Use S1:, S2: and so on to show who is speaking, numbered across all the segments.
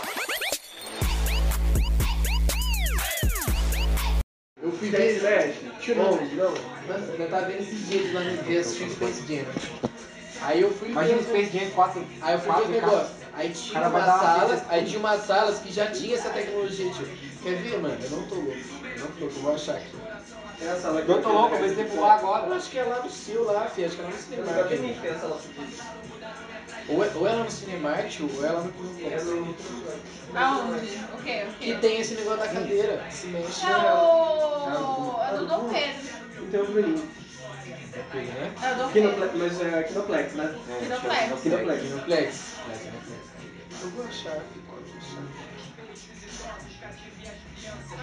S1: fui
S2: é
S1: ver. Deixa eu
S3: Bom.
S1: ver, não.
S3: Mano, eu tava vendo esses dias lá no dia assistindo Space Jam. Aí eu fui
S2: Imagina o
S3: ver.
S2: Space Jam 4.
S3: Aí eu fui ver o
S2: quatro carros.
S3: negócio. Aí tinha
S2: Cara, vai
S3: umas
S2: dar uma
S3: salas,
S2: vida.
S3: aí tinha umas salas que já tinha essa tecnologia, tio. Quer ver, mano? Eu não tô louco. Eu não tô louco, eu vou achar aqui.
S1: É a sala que
S2: Eu tô
S1: fiz,
S2: louco,
S1: né?
S2: eu pensei em pular
S3: Eu
S2: agora.
S3: acho que é lá no Sil, lá, fi. Acho que é lá no
S1: Eu não sabia nem
S3: Cinemark.
S1: que era a sala que fiz.
S3: Ou é, ou é lá no Cinemark, tio, ou é lá no
S1: Eu
S3: Clube.
S1: não-
S4: Aonde? O quê? O
S3: Que
S4: quê?
S3: tem esse negócio da cadeira, que se mexe.
S4: É o. É do Dom Pedro.
S1: Então eu brilho.
S3: né?
S4: É o Dom Pedro.
S1: Kinoplex, mas é Kinoplex, né?
S4: Kinoplex.
S1: Kinoplex.
S3: Kinoplex.
S2: né?
S3: Eu vou achar, fi, pode achar.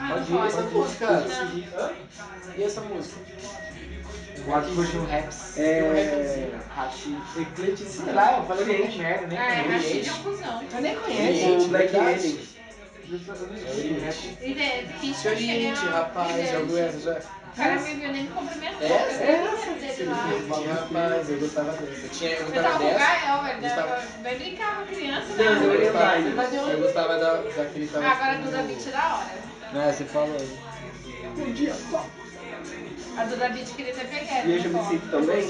S4: Ah,
S3: Pode ir,
S4: não
S3: essa
S4: pode.
S3: música.
S4: Não.
S1: Hã?
S3: E essa música?
S2: O Arthur curte um raps.
S3: Tem um
S1: É...
S3: rapzinho.
S2: Hachi. Sei
S1: Ecleticidade.
S2: lá, eu falei que ele é merda, nem
S4: Ah, é
S2: conheço.
S4: Rashid é um cuzão.
S2: Eu nem
S3: Oriente,
S1: O Black
S3: Ah, é, verdade.
S1: Alien.
S2: conheço.
S4: Ele é quente pra
S3: Gente,
S4: chegar.
S3: rapaz, já
S4: ele
S3: viu
S4: é-
S3: essa? Já...
S4: O cara me viu nem me cumprimentou.
S3: Essa?
S4: Eu não lembro dele lá.
S3: Tinha, Rapaz, eu gostava dessa. Tinha, eu
S4: Eu
S3: gostava
S4: tava tá com o
S3: dessa.
S4: Gael, velho.
S3: Gostava.
S4: Eu- Vai brincar com a criança,
S1: Não,
S3: Eu
S1: eu
S4: né?
S3: gostava,
S1: ia lá,
S3: eu gostava da, daquele que tava
S4: Ah, Agora a
S3: com-
S4: Duda Beat é da hora.
S2: Não, você falou.
S1: Um dia só.
S4: A Duda Beat queria ter pegado.
S1: E eu já me sinto também.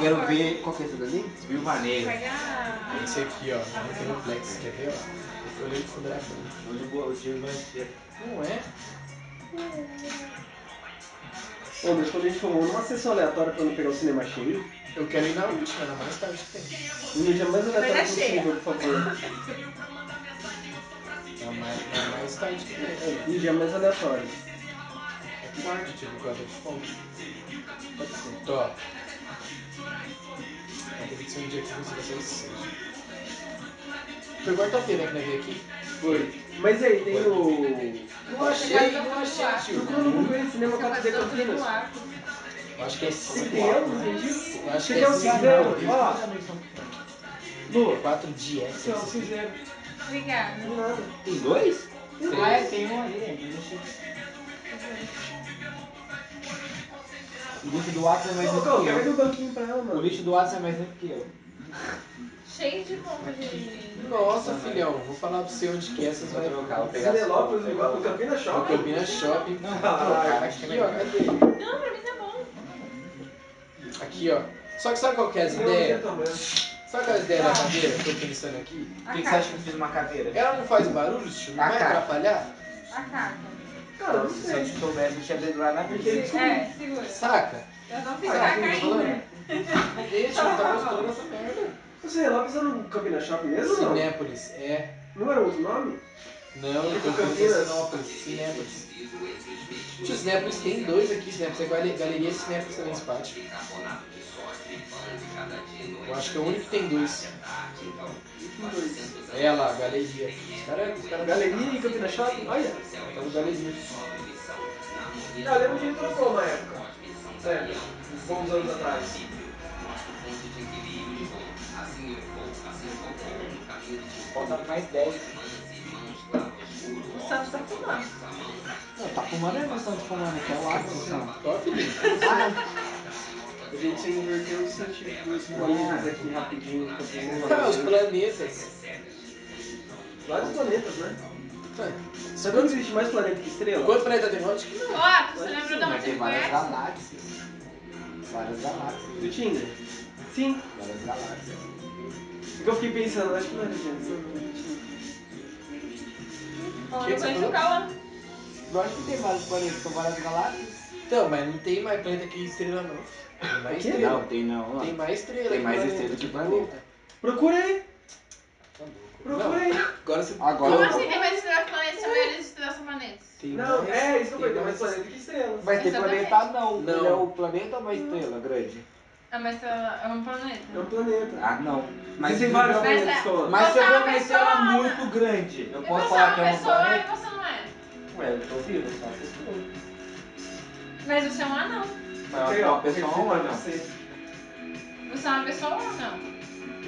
S2: Quero ver. Qual que é essa dali? Viúva Negra.
S4: Pegar.
S3: Esse aqui, ó. Não tem um flex, quer ver, ó? Eu olhei pro fotografia.
S2: Hoje o Gil vai ser.
S3: Não é?
S1: Ô, mas quando a gente for numa sessão aleatória pra não pegar o cinema cheio,
S3: Eu quero ir na última, na mais tarde que tem.
S1: no dia mais aleatório
S4: Mas é cheia.
S1: possível, por favor.
S3: Na mais, na mais tarde que tem.
S1: É, No dia mais aleatório.
S3: É quarto, tipo, quando eu te falo.
S1: Pode ser.
S3: Top. Tem que ser um dia que você vai ser assim. Foi quarta-feira que nós veio aqui.
S1: Foi. Mas aí, tem o...
S3: Não achei, não achei,
S1: Procura no
S3: tio.
S1: Google aí, Cinema 4D Campinas.
S3: Eu acho que é
S1: Se
S3: 5
S1: tem, eu não entendi.
S3: Eu acho
S1: Você
S3: que
S1: quer um
S3: é
S1: o
S3: 5
S1: cinzeiro? Ó, Lu,
S3: 4 dias.
S1: você é o cinzeiro.
S4: Obrigada.
S1: Do nada.
S2: Tem dois? Ah, é, tem um ali. O lixo do Watson é mais
S1: Ô, Cão,
S2: lento
S1: carrega
S2: que
S1: o um banquinho pra ela,
S2: eu. O
S1: mano.
S2: lixo do Watson é mais lento que eu.
S4: Cheio de roupa de.
S3: Nossa, filhão, vou falar pra você onde que é, vocês vão
S2: Vou trocar, vou pegar
S1: Cinelópolis,
S2: só,
S1: igual no
S3: tá
S2: pegar
S1: Campinas
S3: Ó,
S1: Shopping. Ah,
S3: Campina Shopping.
S2: Não,
S3: Vou trocar
S2: acho que é
S3: aqui, ó, cadê?
S4: Não, pra mim tá bom.
S3: Aqui, ó. Só que sabe qual que é as ideias? Sabe qual é as ideias da cadeira que eu tô pensando aqui?
S2: só. O que, que você acha que eu fiz uma caveira?
S3: Ela não faz barulho, tio? Não
S2: Ah,
S3: vai
S2: cara.
S3: atrapalhar?
S4: A capa.
S1: Cara, não
S2: Se eu
S1: sei.
S2: te soubesse, eu tinha dedo lá na frente.
S4: tá. É, segura.
S3: Saca?
S4: Eu não fiz
S3: Sabe o
S4: a
S3: que eu tô
S4: ainda.
S3: falando? Deixa, eu tá gostando dessa merda.
S1: O Cinelópolis era no Campinas Shopping mesmo, não?
S3: Cinépolis, é.
S1: Não era outro nome?
S3: Não,
S1: é
S3: eu tô falando de Sinópolis, Cinépolis. Tio, Cinépolis tem dois aqui, Cinépolis. É gale- galeria e Cinépolis também, esse pátio. Eu acho que é o único que tem dois. É lá, galeria. Os caras... Os caras...
S1: Galeria e Campinas Shopping? Olha.
S3: É o galeria.
S1: Ah, eu lembro que ele trocou uma época. Sério. Uns bons anos atrás.
S2: Falta mais 10.
S4: O Santos tá fumando.
S2: Não, tá fumando é a noção de fumando, que é o Watson.
S3: Top, né? Felipe.
S1: A gente inverteu os sentidos dos planetas aqui rapidinho. rapidinho.
S3: Ah, os planetas.
S1: Vários planetas, né?
S3: Sabe
S1: Sabe onde
S3: quantos,
S1: existe mais planeta que estrela?
S3: quantos planetas tem? Eu acho que não.
S4: Ó, você lembra de
S2: Mas
S4: onde
S2: tem
S4: ele
S2: várias
S4: conhece?
S2: galáxias. Várias galáxias.
S1: Do Tinder? Sim.
S2: Várias galáxias.
S1: Porque eu fiquei pensando, acho que não era gente.
S4: Ó,
S3: Que
S4: Eu
S3: que
S4: conheço
S3: você
S4: o Cauã.
S2: Eu acho que tem vários planetas, são várias galáxias.
S3: Então, mas não tem mais planeta que estrela, não. Tem mais
S1: quê?
S3: estrela.
S2: tem não.
S3: Tem mais estrela. Tipo,
S2: Tem
S3: que
S2: mais
S3: planeta.
S2: estrela que planeta.
S1: Procura aí,
S3: Não,
S1: procura aí.
S3: agora você...
S2: Agora-
S4: Como assim tem mais estrelas planetas? São maiores estrelas planetas.
S3: Tem
S1: Não,
S3: mais-
S1: é isso que eu falei, tem mais
S3: mais-
S1: planeta que estrelas.
S2: Mas tem
S4: Exatamente.
S2: planeta não.
S3: Não.
S2: Ele é o planeta ou uma estrela grande?
S4: Ah, mas ela é um
S1: É um
S4: planeta.
S1: planeta.
S2: Ah, não.
S1: Mas tem vários
S4: Mas
S1: planetas,
S4: é-
S1: Cauã.
S2: Mas se eu
S4: Você é
S2: vou
S4: uma
S2: conhecer ela
S4: pessoa.
S2: muito grande, eu posso
S4: você
S2: falar que
S4: é
S2: é
S4: uma
S2: um
S4: pessoa e
S2: planeta?
S4: você não é.
S2: Ué, eu tô vivo, só assistindo.
S4: Mas você é um anão.
S2: Mas
S1: Aí,
S2: é
S1: ó,
S2: uma pessoa
S1: representa
S2: ou não?
S1: você.
S4: Você é uma pessoa ou não?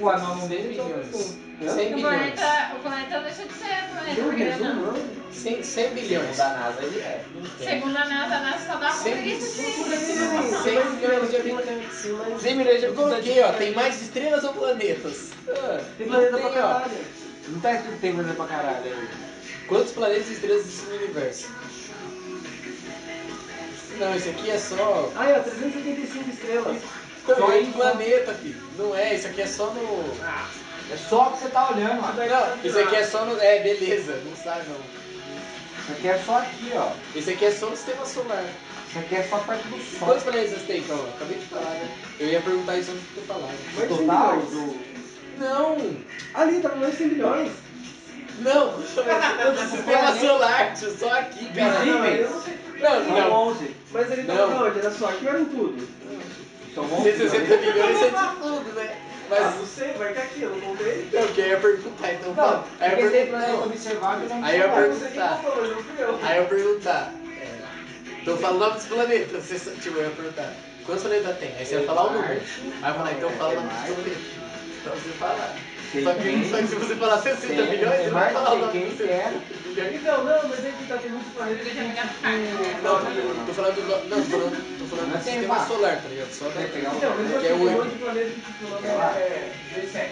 S2: O anão não
S3: 100
S2: dele é uma
S3: bilhões.
S2: pessoa.
S3: 100
S4: O
S3: bilhões.
S4: planeta, o planeta deixa de ser planeta,
S1: Tem um
S4: porque ele é
S1: resumo,
S4: anão.
S1: não?
S3: 100, 100 bilhões.
S2: Segundo a NASA, ele é.
S4: Segundo a NASA, a NASA só dá
S3: Cem-
S4: conferência de
S1: Não,
S3: Cem
S1: mas
S3: bilhões de
S1: tem-
S3: habitantes.
S1: tem mais-
S3: Zé Miranda, eu coloquei, ó. Tem mais estrelas ou planetas? Ah,
S1: É, Tem planeta
S3: não
S1: pra
S3: tem, ó.
S1: caralho.
S2: Não tá escrito que tem coisa pra caralho aí.
S3: Quantos planetas e estrelas existem no universo? Não, isso aqui é só.
S2: Aí, ó, 375 estrelas.
S3: Só em planeta, filho. Não é, isso aqui é só no.
S2: É só o que você tá olhando, ó.
S3: Não, isso aqui é só no. É, beleza, não sai não.
S2: Isso aqui é só aqui, ó.
S3: Isso aqui é só no sistema solar.
S2: Isso aqui é só a parte do
S3: E
S2: sol.
S3: quantos planetas tem, então? Acabei de falar, né? Eu ia perguntar isso antes de tu falar.
S1: Mas tem
S2: Total
S1: milhões.
S2: do...
S3: Não!
S1: Ali, tá falando 100 bilhões.
S3: Não! Eu disse sistema solar, tio, só aqui, cara.
S1: Não,
S2: Visíveis.
S1: eu não sei.
S3: Não,
S2: São
S3: não.
S2: 11.
S1: Mas ele
S3: Não.
S1: tava na onde? Era só aqui ou era em tudo?
S2: São 11.
S3: 160 milhões é de tudo, né?
S1: Ah,
S3: Mas
S1: não sei, vai que aqui, eu não contei.
S3: não, que eu ia perguntar, então
S2: Não, é
S3: fala. Aí eu
S2: porque tem
S3: pergunto,
S2: planeta
S3: não.
S2: observável e não
S3: Aí eu
S1: Ah,
S2: observável.
S3: pergunto-
S1: não sei quem falou, mas não fui eu.
S3: Aí eu perguntar. é, Tô falando nove dos planetas, você só- tipo, eu ia perguntar. Quantos planetas tem? Aí você ia falar o número. Aí eu ia falar, então fala o nome dos planetas. Pra você falar. Só que, só que se você falar 60 milhões, você vai falar o nome dos
S2: quem
S3: seus.
S2: quer.
S1: Então, não, mas aí que tá, tem muito planeta que
S4: Deixa eu
S1: tem
S4: pegar
S1: que-
S3: Não, tô falando do. Não, tô falando, tô falando do
S2: Mas tem
S3: sistema
S2: lá.
S3: solar, tá ligado? Só da.
S2: Vai pegar
S1: Então, mas eu
S3: Que é
S1: sei que tem um
S3: oito.
S1: monte de planeta que tipo, o nome
S2: Que é lá.
S1: é... G7.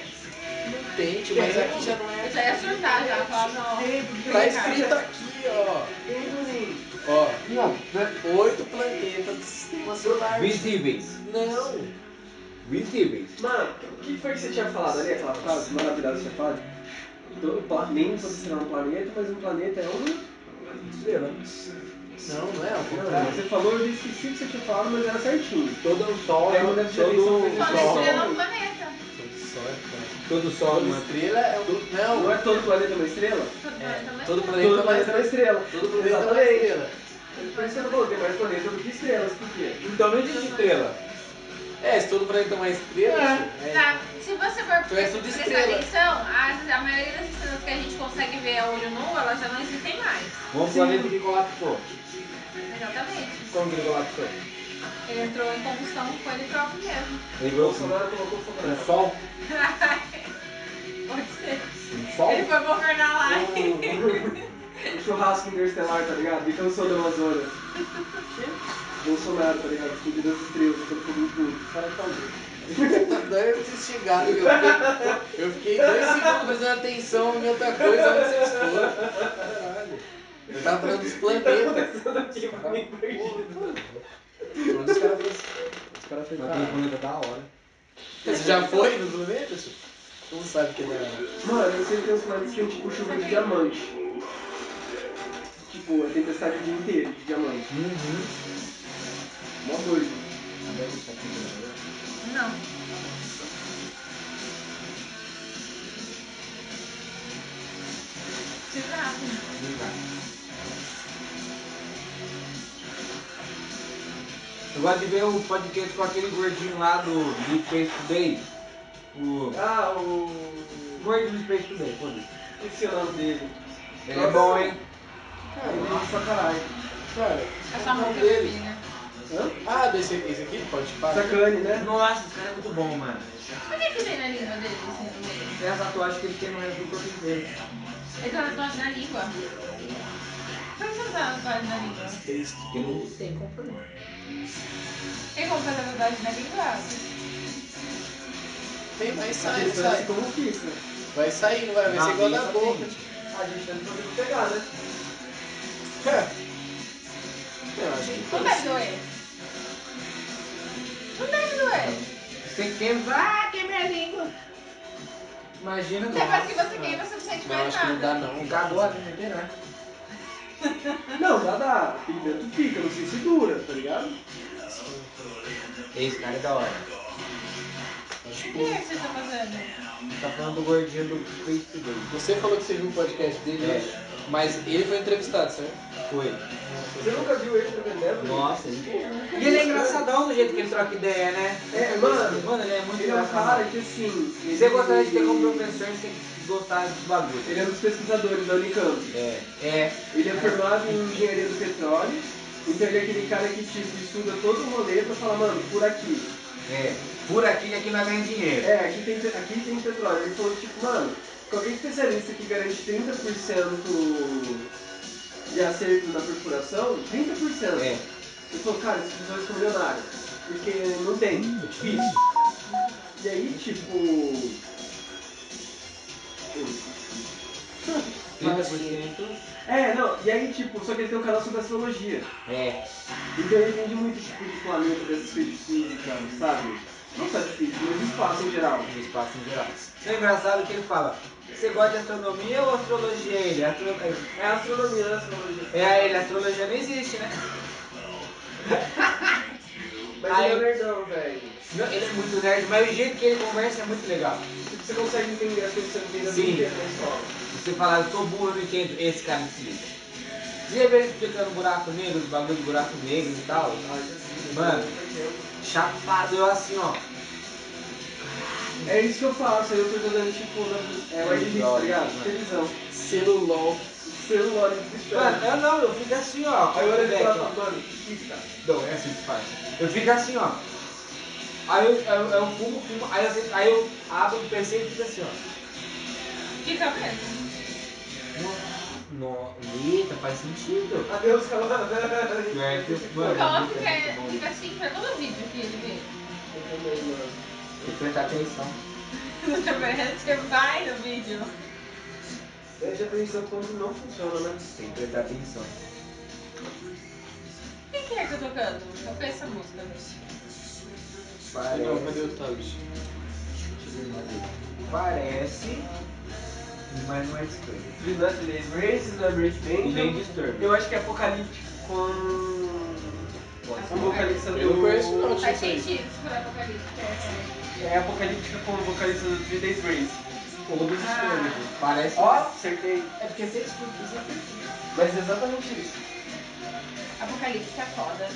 S3: Tem, tio, mas aqui já não
S4: Eu
S3: é.
S4: já ia surtar, já. Falar, não.
S1: Tem, porque
S3: Tá
S1: tem
S3: escrito aqui, ó.
S1: É, Tem um também.
S3: Ó,
S2: o. Não, da-
S3: oito planetas do sistema solar.
S2: visíveis.
S3: Não.
S2: Visíveis.
S1: Mano, o que foi que você tinha falado ali, aquela frase maravilhosa que você falou? Do planeta, você será um planeta, mas um planeta é uma estrela.
S3: Não, não é ao
S1: Não,
S3: contrário.
S1: você falou, eu esqueci o que você tinha falado, mas era certinho.
S2: Todo o sol
S1: É uma das
S2: todo
S1: definições
S4: Só
S1: Sol.
S4: estrela é
S2: sol.
S4: um planeta.
S3: Só é planeta.
S2: Todo sol é
S3: Todo
S2: uma
S3: estrela é um.
S1: Não
S3: Não.
S1: é todo planeta uma estrela?
S4: Todo planeta é
S3: É,
S4: uma
S3: todo
S4: estrela.
S1: Todo
S3: planeta mais.
S1: planeta é uma estrela.
S3: Todo planeta é uma
S1: Exatamente.
S3: estrela.
S1: Por isso que eu falou, tem mais planeta do que estrelas, por quê?
S2: Então não existe estrela.
S3: É, se todo planeta é uma estrela, tio, é.
S4: Tá, se você for
S3: Então é tudo
S4: prestar
S3: estrela.
S4: atenção, as- a maioria das estrelas que a gente consegue ver a olho nu, elas já não existem mais.
S2: Vamos
S1: Sim.
S2: pro planeta que colapsou.
S4: Exatamente.
S2: Como que ele colapsou?
S4: Ele entrou em combustão com ele próprio mesmo.
S2: Ele
S1: O
S2: virou um
S1: Bolsonaro colocou fogo
S2: um
S1: nela.
S2: sol.
S4: Pode ser.
S2: Um sol?
S4: Ele foi governar lá.
S1: O churrasco interestelar, tá ligado? E cansou da Amazônia. Bolsonaro, tá ligado? Fugiu das estrelas, ficou com tudo. Cara, tá louco.
S3: Daí vocês xingaram, eu fiquei, eu fiquei dois segundos prestando atenção em outra coisa, onde vocês foram. Caralho. Eu tava falando dos planetas.
S1: Tipo, me perdi.
S3: Onde os caras fez- os caras fez-
S2: Mas tem um planeta da hora.
S3: Você já foi nos planetas? Tu não sabe que ele é.
S1: Mano, eu sei que tem uns planetas que tem tipo chuva de diamante. Tipo, a tempestade o dia inteiro de diamante.
S2: Uhum.
S1: Mó doido.
S4: Não. De nada.
S2: Eu gosto de ver o podcast com aquele gordinho lá do do Space Today. O
S1: Ah, o.
S2: gordinho do Space Today, foda-se.
S1: Esqueci o nome dele.
S2: Ele é bom, hein?
S1: Ele
S3: Cara,
S1: é pra caralho.
S3: cara, um
S4: É
S3: essa
S4: só
S3: mão
S4: mão que eu vi,
S3: dele.
S4: né?
S1: Hã?
S3: Ah, desse, esse aqui pode parar.
S1: Sacane, né?
S2: Nossa, esse cara é muito bom, mano.
S4: Por que que tem na língua dele assim no meio?
S2: É a tatuagem que ele tem no resto do corpo dele.
S4: Ele tá tatuagem na língua. Por que você tá tatuagem na língua?
S2: Porque não tem como fazer.
S4: Tem como fazer tatuagem na língua?
S3: Tem, mas
S1: A
S3: sai,
S1: gente
S3: sai.
S1: como fica.
S3: Vai sair, não vai, vai ser igual na boca.
S1: A gente tá podendo pegar, né?
S3: Eu acho que
S4: Não deve é doer. Não deve doer.
S2: Você queima. Ah, queimei a língua. Imagina.
S4: Depois que você queima, você não sente
S3: Não,
S4: mais
S3: acho que não
S4: nada.
S3: dá não.
S2: Cagou a vida inteira, né?
S1: Não, dá, dá. Pigmento fica, não sei se dura, tá ligado?
S2: Esse cara é da hora.
S3: Acho
S4: O
S3: que
S4: que é que você tá fazendo?
S2: Tá falando do gordinho do Space Today.
S3: Você falou que você viu o podcast dele, mas ele foi entrevistado, certo?
S2: Foi.
S1: Você nunca viu ele dependendo?
S2: Nossa, ele E ele é engraçadão do jeito que ele troca ideia, né?
S1: É, mano,
S2: Mano, ele é muito
S1: Ele é um cara
S2: engraçado.
S1: que assim.
S2: Se
S1: Ele...
S2: você gostaria de ter como professor, você tem que gostar dos bagulhos.
S1: Ele é um dos pesquisadores da Unicamp.
S2: É. É.
S1: Ele é formado em engenharia do petróleo. Então ele é aquele cara que tipo, estuda todo o rolê pra falar, mano, por aqui.
S2: É. Por aqui, aqui nós ganhamos dinheiro.
S1: É, aqui tem, aqui tem petróleo. Ele falou, tipo, mano, qualquer especialista que garante 30% de acerto na perfuração, 30%.
S2: É.
S1: Ele falou, cara, esses pessoas são milionários. Porque não tem, é difícil. E aí, tipo. eu-
S2: 30%.
S1: É, não, e aí, tipo, só que ele tem um canal sobre astrologia.
S2: É.
S1: Então ele entende muito, tipo, de planeta, dessas coisas de física, sabe? Não só de física, mas de espaço em geral.
S2: no espaço em geral. Isso é engraçado que ele fala, você gosta de astronomia ou astrologia? Ele, "Astro-
S1: É astronomia, não é astrologia.
S2: é a ele, astrologia não existe, né?
S1: Mas
S2: Aí-
S1: ele é nerdão, velho.
S2: Não, ele é muito nerd, mas o jeito que ele conversa é muito legal.
S1: Tipo, você consegue entender as coisas que você não entende
S2: Sim.
S1: na escola.
S2: Você fala, eu sou burro, eu não entendo, esse cara me explica. Você já viu ele explicando buraco negro, os bagulho de buraco negro e tal? Mano, chapado, eu assim, ó.
S1: É isso que eu faço, eu tô jogando, tipo, na... é o Edmix, tá ligado? Televisão.
S3: Celulol.
S1: Celular,
S2: Mano,
S1: desesperado.
S2: eu não, eu fico assim, ó.
S1: Aí eu olho e
S2: Moleque, ó.
S1: falo, mano, que isso, cara?
S2: Não, é assim que faz. Eu fico assim, ó. Aí eu, eu, eu fumo, fumo, aí eu, sento- aí eu abro o PC e fico assim, ó.
S4: Fica mesmo.
S2: No, eita, faz sentido.
S1: Adeus, cara.
S2: Pior que eu-
S4: O
S2: mano,
S4: Cauã
S2: muito
S4: fica,
S2: bom.
S4: fica assim pra todo vídeo que ele vê.
S2: Tem que prestar atenção.
S4: Você vai no vídeo.
S1: Eu já pensei quando não funciona, né?
S2: Tem que prestar atenção.
S4: Quem que é que eu tô tocando? Eu conheço essa música.
S3: Ah, Não,
S2: Parece,
S3: cadê o Tavis?
S2: parece, mas não é discreto.
S1: Do not Lazy é Races, do American
S2: E nem
S1: Angel.
S2: disturbo.
S1: Eu acho que é Apocalíptico com. Com vocalista do.
S3: Eu não conheço, não.
S4: Faz sentido se for apocalipse. é.
S1: É Apocalíptico com o vocalista do Three Days Grace. Ah.
S2: Ou do
S1: né?
S2: disturbo. Parece.
S1: Ó, acertei.
S2: É porque você escuta, você escuta.
S1: Mas é exatamente isso.
S4: Apocalipse é foda.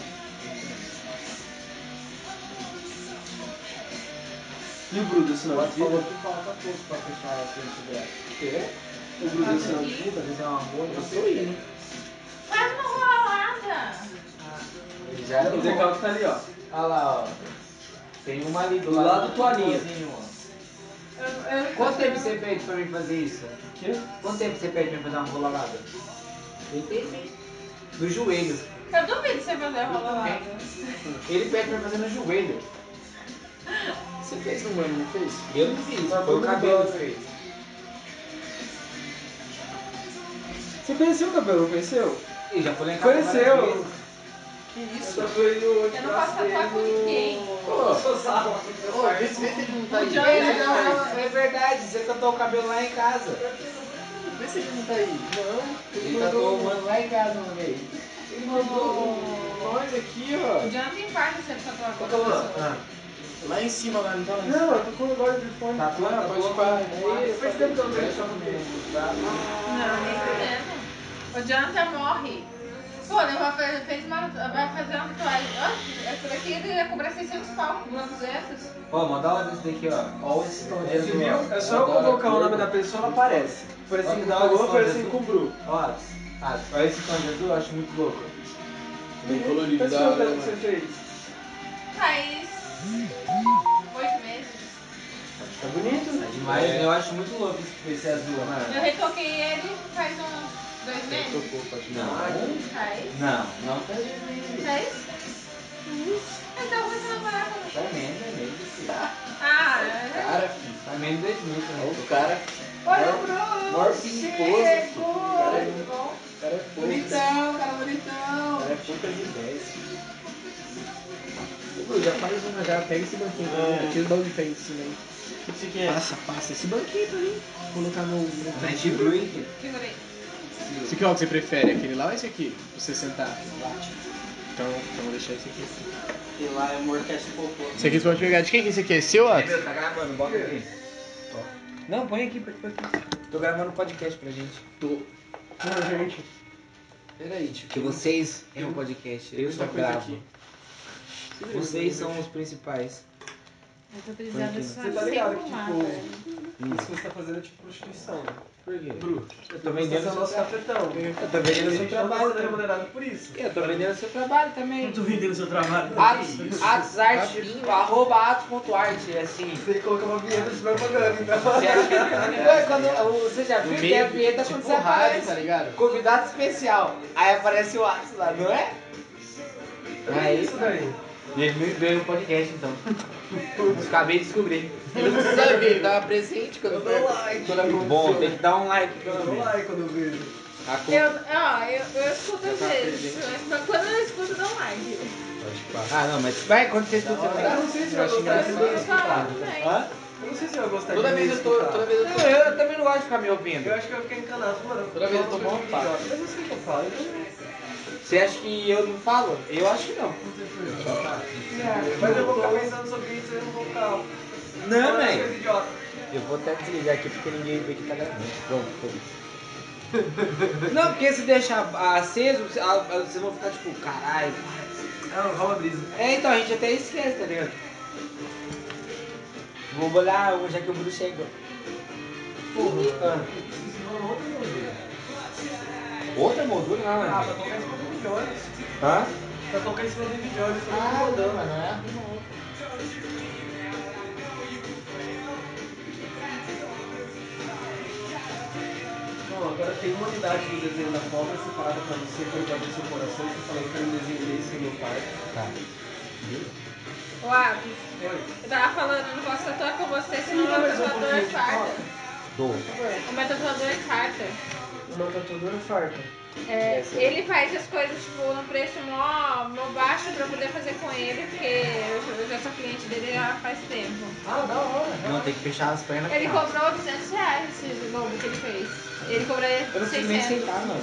S1: E o Bruno, esse
S2: Ela falou que falta pouco pra fechar a frente dela.
S3: É?
S1: O Bruno, esse nome de
S2: Puta, às vezes é uma boa, não
S3: Eu
S2: sei.
S3: sou ele.
S4: Faz uma rolada.
S2: Ele já
S1: O
S2: arrumou.
S1: decalque tá ali, ó.
S2: Olha lá, ó. Tem uma ali do
S1: Do
S2: lado.
S1: lado do toalhinha.
S4: Eu, eu,
S2: Quanto tempo você pede pra mim fazer isso?
S1: Que?
S2: Quanto tempo você pede pra mim fazer uma rolada? Tem tempo. No joelho.
S4: Eu duvido você fazer rolada.
S2: Ele pede pra mim fazer no joelho.
S3: Você fez no mano, não fez?
S2: Eu não fiz,
S1: Mas
S2: foi o
S1: foi
S2: cabelo
S1: bom,
S2: que fez.
S1: Você conheceu o cabelo, não conheceu?
S2: Ele já foi lá em casa. várias
S1: Conheceu!
S2: vezes.
S1: Que isso? Eu, fui no-
S4: Eu não posso tatuar com ninguém.
S1: Eu sou sarro.
S3: Ô, vê se vê se ele não tá aí.
S4: O Joey
S2: É,
S4: é
S2: não, não, é verdade, você cantou o cabelo lá em casa.
S3: Vê se ele não tá aí. Não,
S2: Ele cantou o mano lá em casa uma vez.
S3: Ele mandou um nós aqui, ó.
S4: O John tem parte de você tatuar com
S1: Ô, Cauã,
S4: pessoa.
S2: Ah,
S3: Lá em cima, lá não tá lá em cima.
S1: Não, eu tô com o negócio do fone.
S2: Tá com
S3: Ah, pode parar.
S1: Aí, Faz tempo que eu não vejo choque mesmo.
S4: Não, nem fudendo. O Jonathan morre. Pô, ele vai fazer, fez uma, vai fazer uma tatuagem. Ó, essa daqui ele ia cobrar 600 pau, umas dessas.
S2: Ó, manda uma desse daqui, ó. Ó, esse tom de
S1: Você
S2: azul,
S1: viu?
S2: ó.
S1: É só eu
S2: Adoro
S1: colocar o nome
S2: cor.
S1: da pessoa, ela aparece.
S2: Olha
S1: Parecendo
S2: que
S1: com o
S2: da hora
S1: um Alô,
S2: esse
S1: parecendo
S2: nome
S1: com o Bru.
S2: Ó, ah, olha esse tom de azul, eu acho muito louco.
S3: Bem colorido,
S1: Esse
S3: da
S1: foi o
S3: hora,
S1: que Tá você
S3: né?
S1: fez.
S4: Faz oito meses.
S1: Tá bonito?
S2: É demais,
S3: É.
S2: né? eu acho muito louco esse, esse azul, né? mano.
S4: Eu retoquei ele faz uns dois
S3: Ele
S4: meses.
S3: tocou, pode
S2: Não.
S3: parar.
S4: Faz.
S2: Não, não tá
S4: Faz? Então você não parar comigo.
S2: Tá menos, é menos.
S4: Ah, é.
S3: Cara, filho.
S2: Tá menos dois mil, tá
S3: Olha o cara.
S4: olha o Bruno.
S3: Maior pimposo, filho. O cara é-
S4: Muito bom.
S3: o cara é pouco.
S2: Bonitão, cara,
S3: O
S2: bonitão.
S3: cara é pouco de 10. Ô, já faz uma, já pega esse banquinho pra mim. Tira o balde de né? pé em cima aí.
S1: O que que é?
S3: Passa, passa esse banquinho pra mim. Colocar no. no-
S2: Night Break.
S4: Segurei.
S3: Esse aqui, ó, que você prefere? Aquele lá ou esse aqui? Pra você sentar? Então, então vou deixar esse aqui.
S1: Sei lá, é uma orquestra popô.
S3: Esse aqui você pode pegar. De quem que esse aqui é seu, ó?
S2: Meu, tá gravando, bota aqui. Ó. Não, põe aqui, põe põe aqui. Tô gravando um podcast pra gente.
S1: Não, gente.
S3: Peraí, tipo.
S2: Que vocês é um podcast, eu só
S3: muita coisa
S2: gravo.
S3: aqui.
S2: Vocês são os principais.
S4: Eu tô precisando
S2: Tranquilo.
S4: de
S1: Você tá ligado que,
S4: fumar,
S1: tipo,
S4: velho.
S1: Isso que você tá fazendo é tipo prostituição. né?
S2: Por quê?
S1: Bru,
S2: Eu tô
S1: você
S2: vendendo
S1: é o nosso cafetão.
S2: Eu tô vendendo seu
S1: Você não é
S2: trabalho.
S1: remunerado por isso.
S2: Eu tô vendendo seu trabalho também.
S1: tô vendendo seu trabalho.
S2: Atos, atos arte, arroba atos.arte, assim.
S1: Você tem que colocar uma vinheta de propaganda, então.
S2: Você acha que- é Ué, quando- você
S3: tá
S2: já viu que é a vinheta quando
S3: tipo
S2: você
S3: rádio, tá
S2: aparece?
S3: ligado?
S2: Convidado especial. Aí aparece o Atos lá, não é?
S1: É isso daí.
S2: Ele me veio o podcast então. Acabei de descobrir.
S3: Ele não sabe, né? ele dava presente quando
S1: Eu
S3: foi.
S1: dou like.
S3: Quando aconteceu.
S2: Bom, tem que dar um like.
S1: Eu dou like quando eu vejo.
S2: A
S4: Eu,
S2: conta-
S4: ó, eu, eu escuto às vezes, mas quando eu escuto, eu dou like.
S2: Ah, não, mas vai, quando você escuta, você
S1: Eu não sei se
S2: Eu
S1: vai
S2: acho
S1: gostar de
S4: engraçado.
S1: me escutar.
S4: também.
S2: Hã?
S1: Eu não sei se vai gostar
S3: Toda
S1: de me
S3: vez eu tô.
S1: escutar.
S3: Toda vez eu
S2: Não,
S3: tô.
S2: eu também não gosto de ficar me ouvindo.
S1: Eu acho que eu fiquei encanado, mano.
S3: Toda vez eu tô mó
S1: papo. Mas eu sei o que eu falo. então-
S2: Você acha que eu não falo? Eu acho que não.
S1: Mas eu vou ficar pensando sobre isso e eu não vou ficar.
S2: Não,
S1: falando
S2: velho.
S1: coisa idiota.
S2: Eu vou até desligar aqui porque ninguém vê que tá gravando. Pronto, foi. Não, porque se deixar aceso, a- a- vocês vão ficar tipo, caralho.
S1: Não, rola brisa.
S2: É, então a gente até esquece, tá ligado? Vou olhar já que o Bruno chegou.
S1: Porra.
S2: Ah.
S1: Isso não é outra coisa.
S2: Outra moldura não,
S1: Ah, pra
S2: mano.
S1: tocar em cima do Vigione.
S2: Hã?
S1: Pra tocar em cima do Vigione.
S3: Ah, não, mas não é arrumar outro.
S1: Bom, agora tem uma unidade do desenho da cobra separada pra você, que eu já vi seu coração, que eu falei que era um desenho desse no meu pai.
S2: Tá.
S4: O Abis,
S1: Oi.
S4: eu tava falando, eu não posso tatuar com você, senão meu tatuador farta.
S2: Dou.
S4: O meu tatuador farta.
S1: Uma tatuadora farta.
S4: É, ele faz as coisas tipo, no preço mó, mó baixo pra eu poder fazer com ele, porque eu, eu já sou cliente dele há faz tempo.
S1: Ah, da hora.
S2: Não, tem que fechar as pernas.
S4: Ele
S2: cara.
S4: cobrou 800 reais esse logo que ele fez. Ele
S2: Eu
S4: cobrou
S2: não consigo nem
S4: 600.
S2: sentar, mano.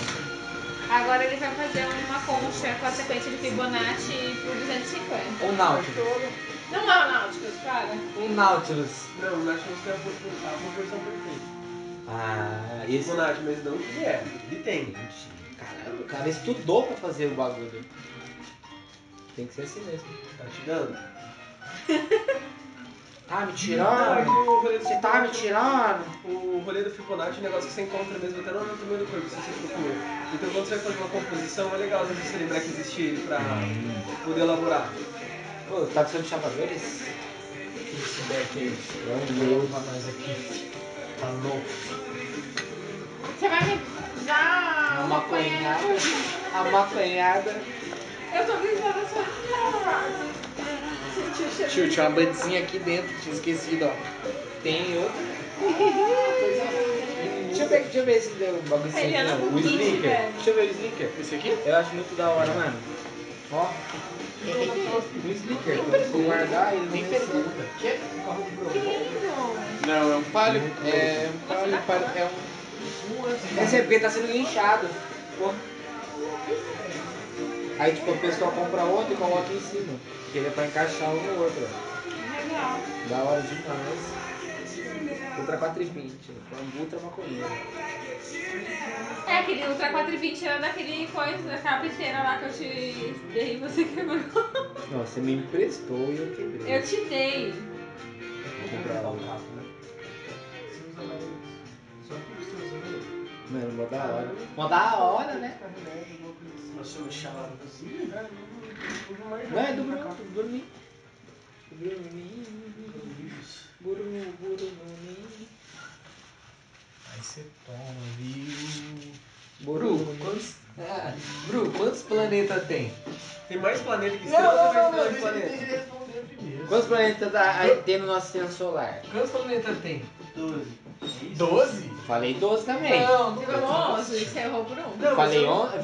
S4: Agora ele vai fazer uma concha com a sequência de Fibonacci por 250.
S2: Um Nautilus.
S4: Não é o Náuticos, para.
S2: Um Nautilus.
S1: Não, o Nath não tem a proporção- a proporção perfeita.
S2: Ah, esse.
S1: O Nath, mas não que é. Ele tem.
S2: Caralho, o cara estudou pra fazer o bagulho. Tem que ser assim mesmo.
S1: Tá te dando?
S2: Tá me
S1: Não, é que
S2: tirando?
S1: o rolê do
S2: Você tá me
S1: Fibonacci-
S2: tirando?
S1: O rolê do Fibonacci é um negócio que você encontra mesmo até no anatomia do corpo, se você procurar. Então quando você vai fazer uma composição, é legal às vezes você lembrar que existe ele pra poder elaborar.
S2: Pô, tá precisando de chapadores? Esse daqui. Eu vou mais aqui. Tá louco.
S4: Você vai me dar
S2: Uma né?
S4: uma apanhada.
S2: apanhada. Uma apanhada.
S4: Eu tô brincando só Sentiu o cheiro.
S3: Tio, tinha uma bandezinha aqui dentro, tinha esquecido, ó. Tem outra.
S2: Deixa eu ver, deixa eu ver esse deu bagulho assim,
S4: Italiano
S2: né?
S4: com
S2: O
S4: kit,
S2: sneaker.
S4: velho.
S2: Deixa eu ver o sneaker.
S3: Esse aqui?
S2: Eu acho muito da hora, mano. Ó. Um sneaker. Quando for guardar, ele não
S3: Nem
S2: recebe.
S3: pergunta. Que?
S4: Que lindo.
S3: Não, é um palio. É um palio, palio- é um.
S2: Esse é porque tá sendo linchado. Pô. Aí tipo, a pessoa compra outro e coloca um em cima. Porque ele é pra encaixar um no outro. ó.
S4: Legal.
S2: Da hora demais. Ultra 420, né? é um ultra maconheiro.
S4: É, aquele Ultra 420 era daquele coisa, da capa inteira lá que eu te dei e você quebrou.
S2: Não, você me emprestou e eu quebrei.
S4: Eu te dei.
S2: Vou comprar um. outro.
S1: né?
S2: Mano, mó da hora. Mó da hora, né?
S1: Nós somos chamados.
S2: Não, é do Bruno, do Bruninho. Do Bruninho. Bruno, Bruninho.
S3: Aí você toma, viu? Bru,
S2: Bruno.
S3: quantos. Ah, Bru, quantos planetas tem?
S1: Tem mais planeta que estrela, tem mais planeta.
S3: responder primeiro.
S2: Quantos planetas dá- aí tem no nosso sistema solar?
S3: Quantos planetas tem?
S1: Doze.
S3: Doze?
S2: Falei 12 também.
S3: Não,
S4: Você falou 11, você errou por um.
S1: Não,
S2: Falei
S1: mas eu-
S2: on- é
S1: mas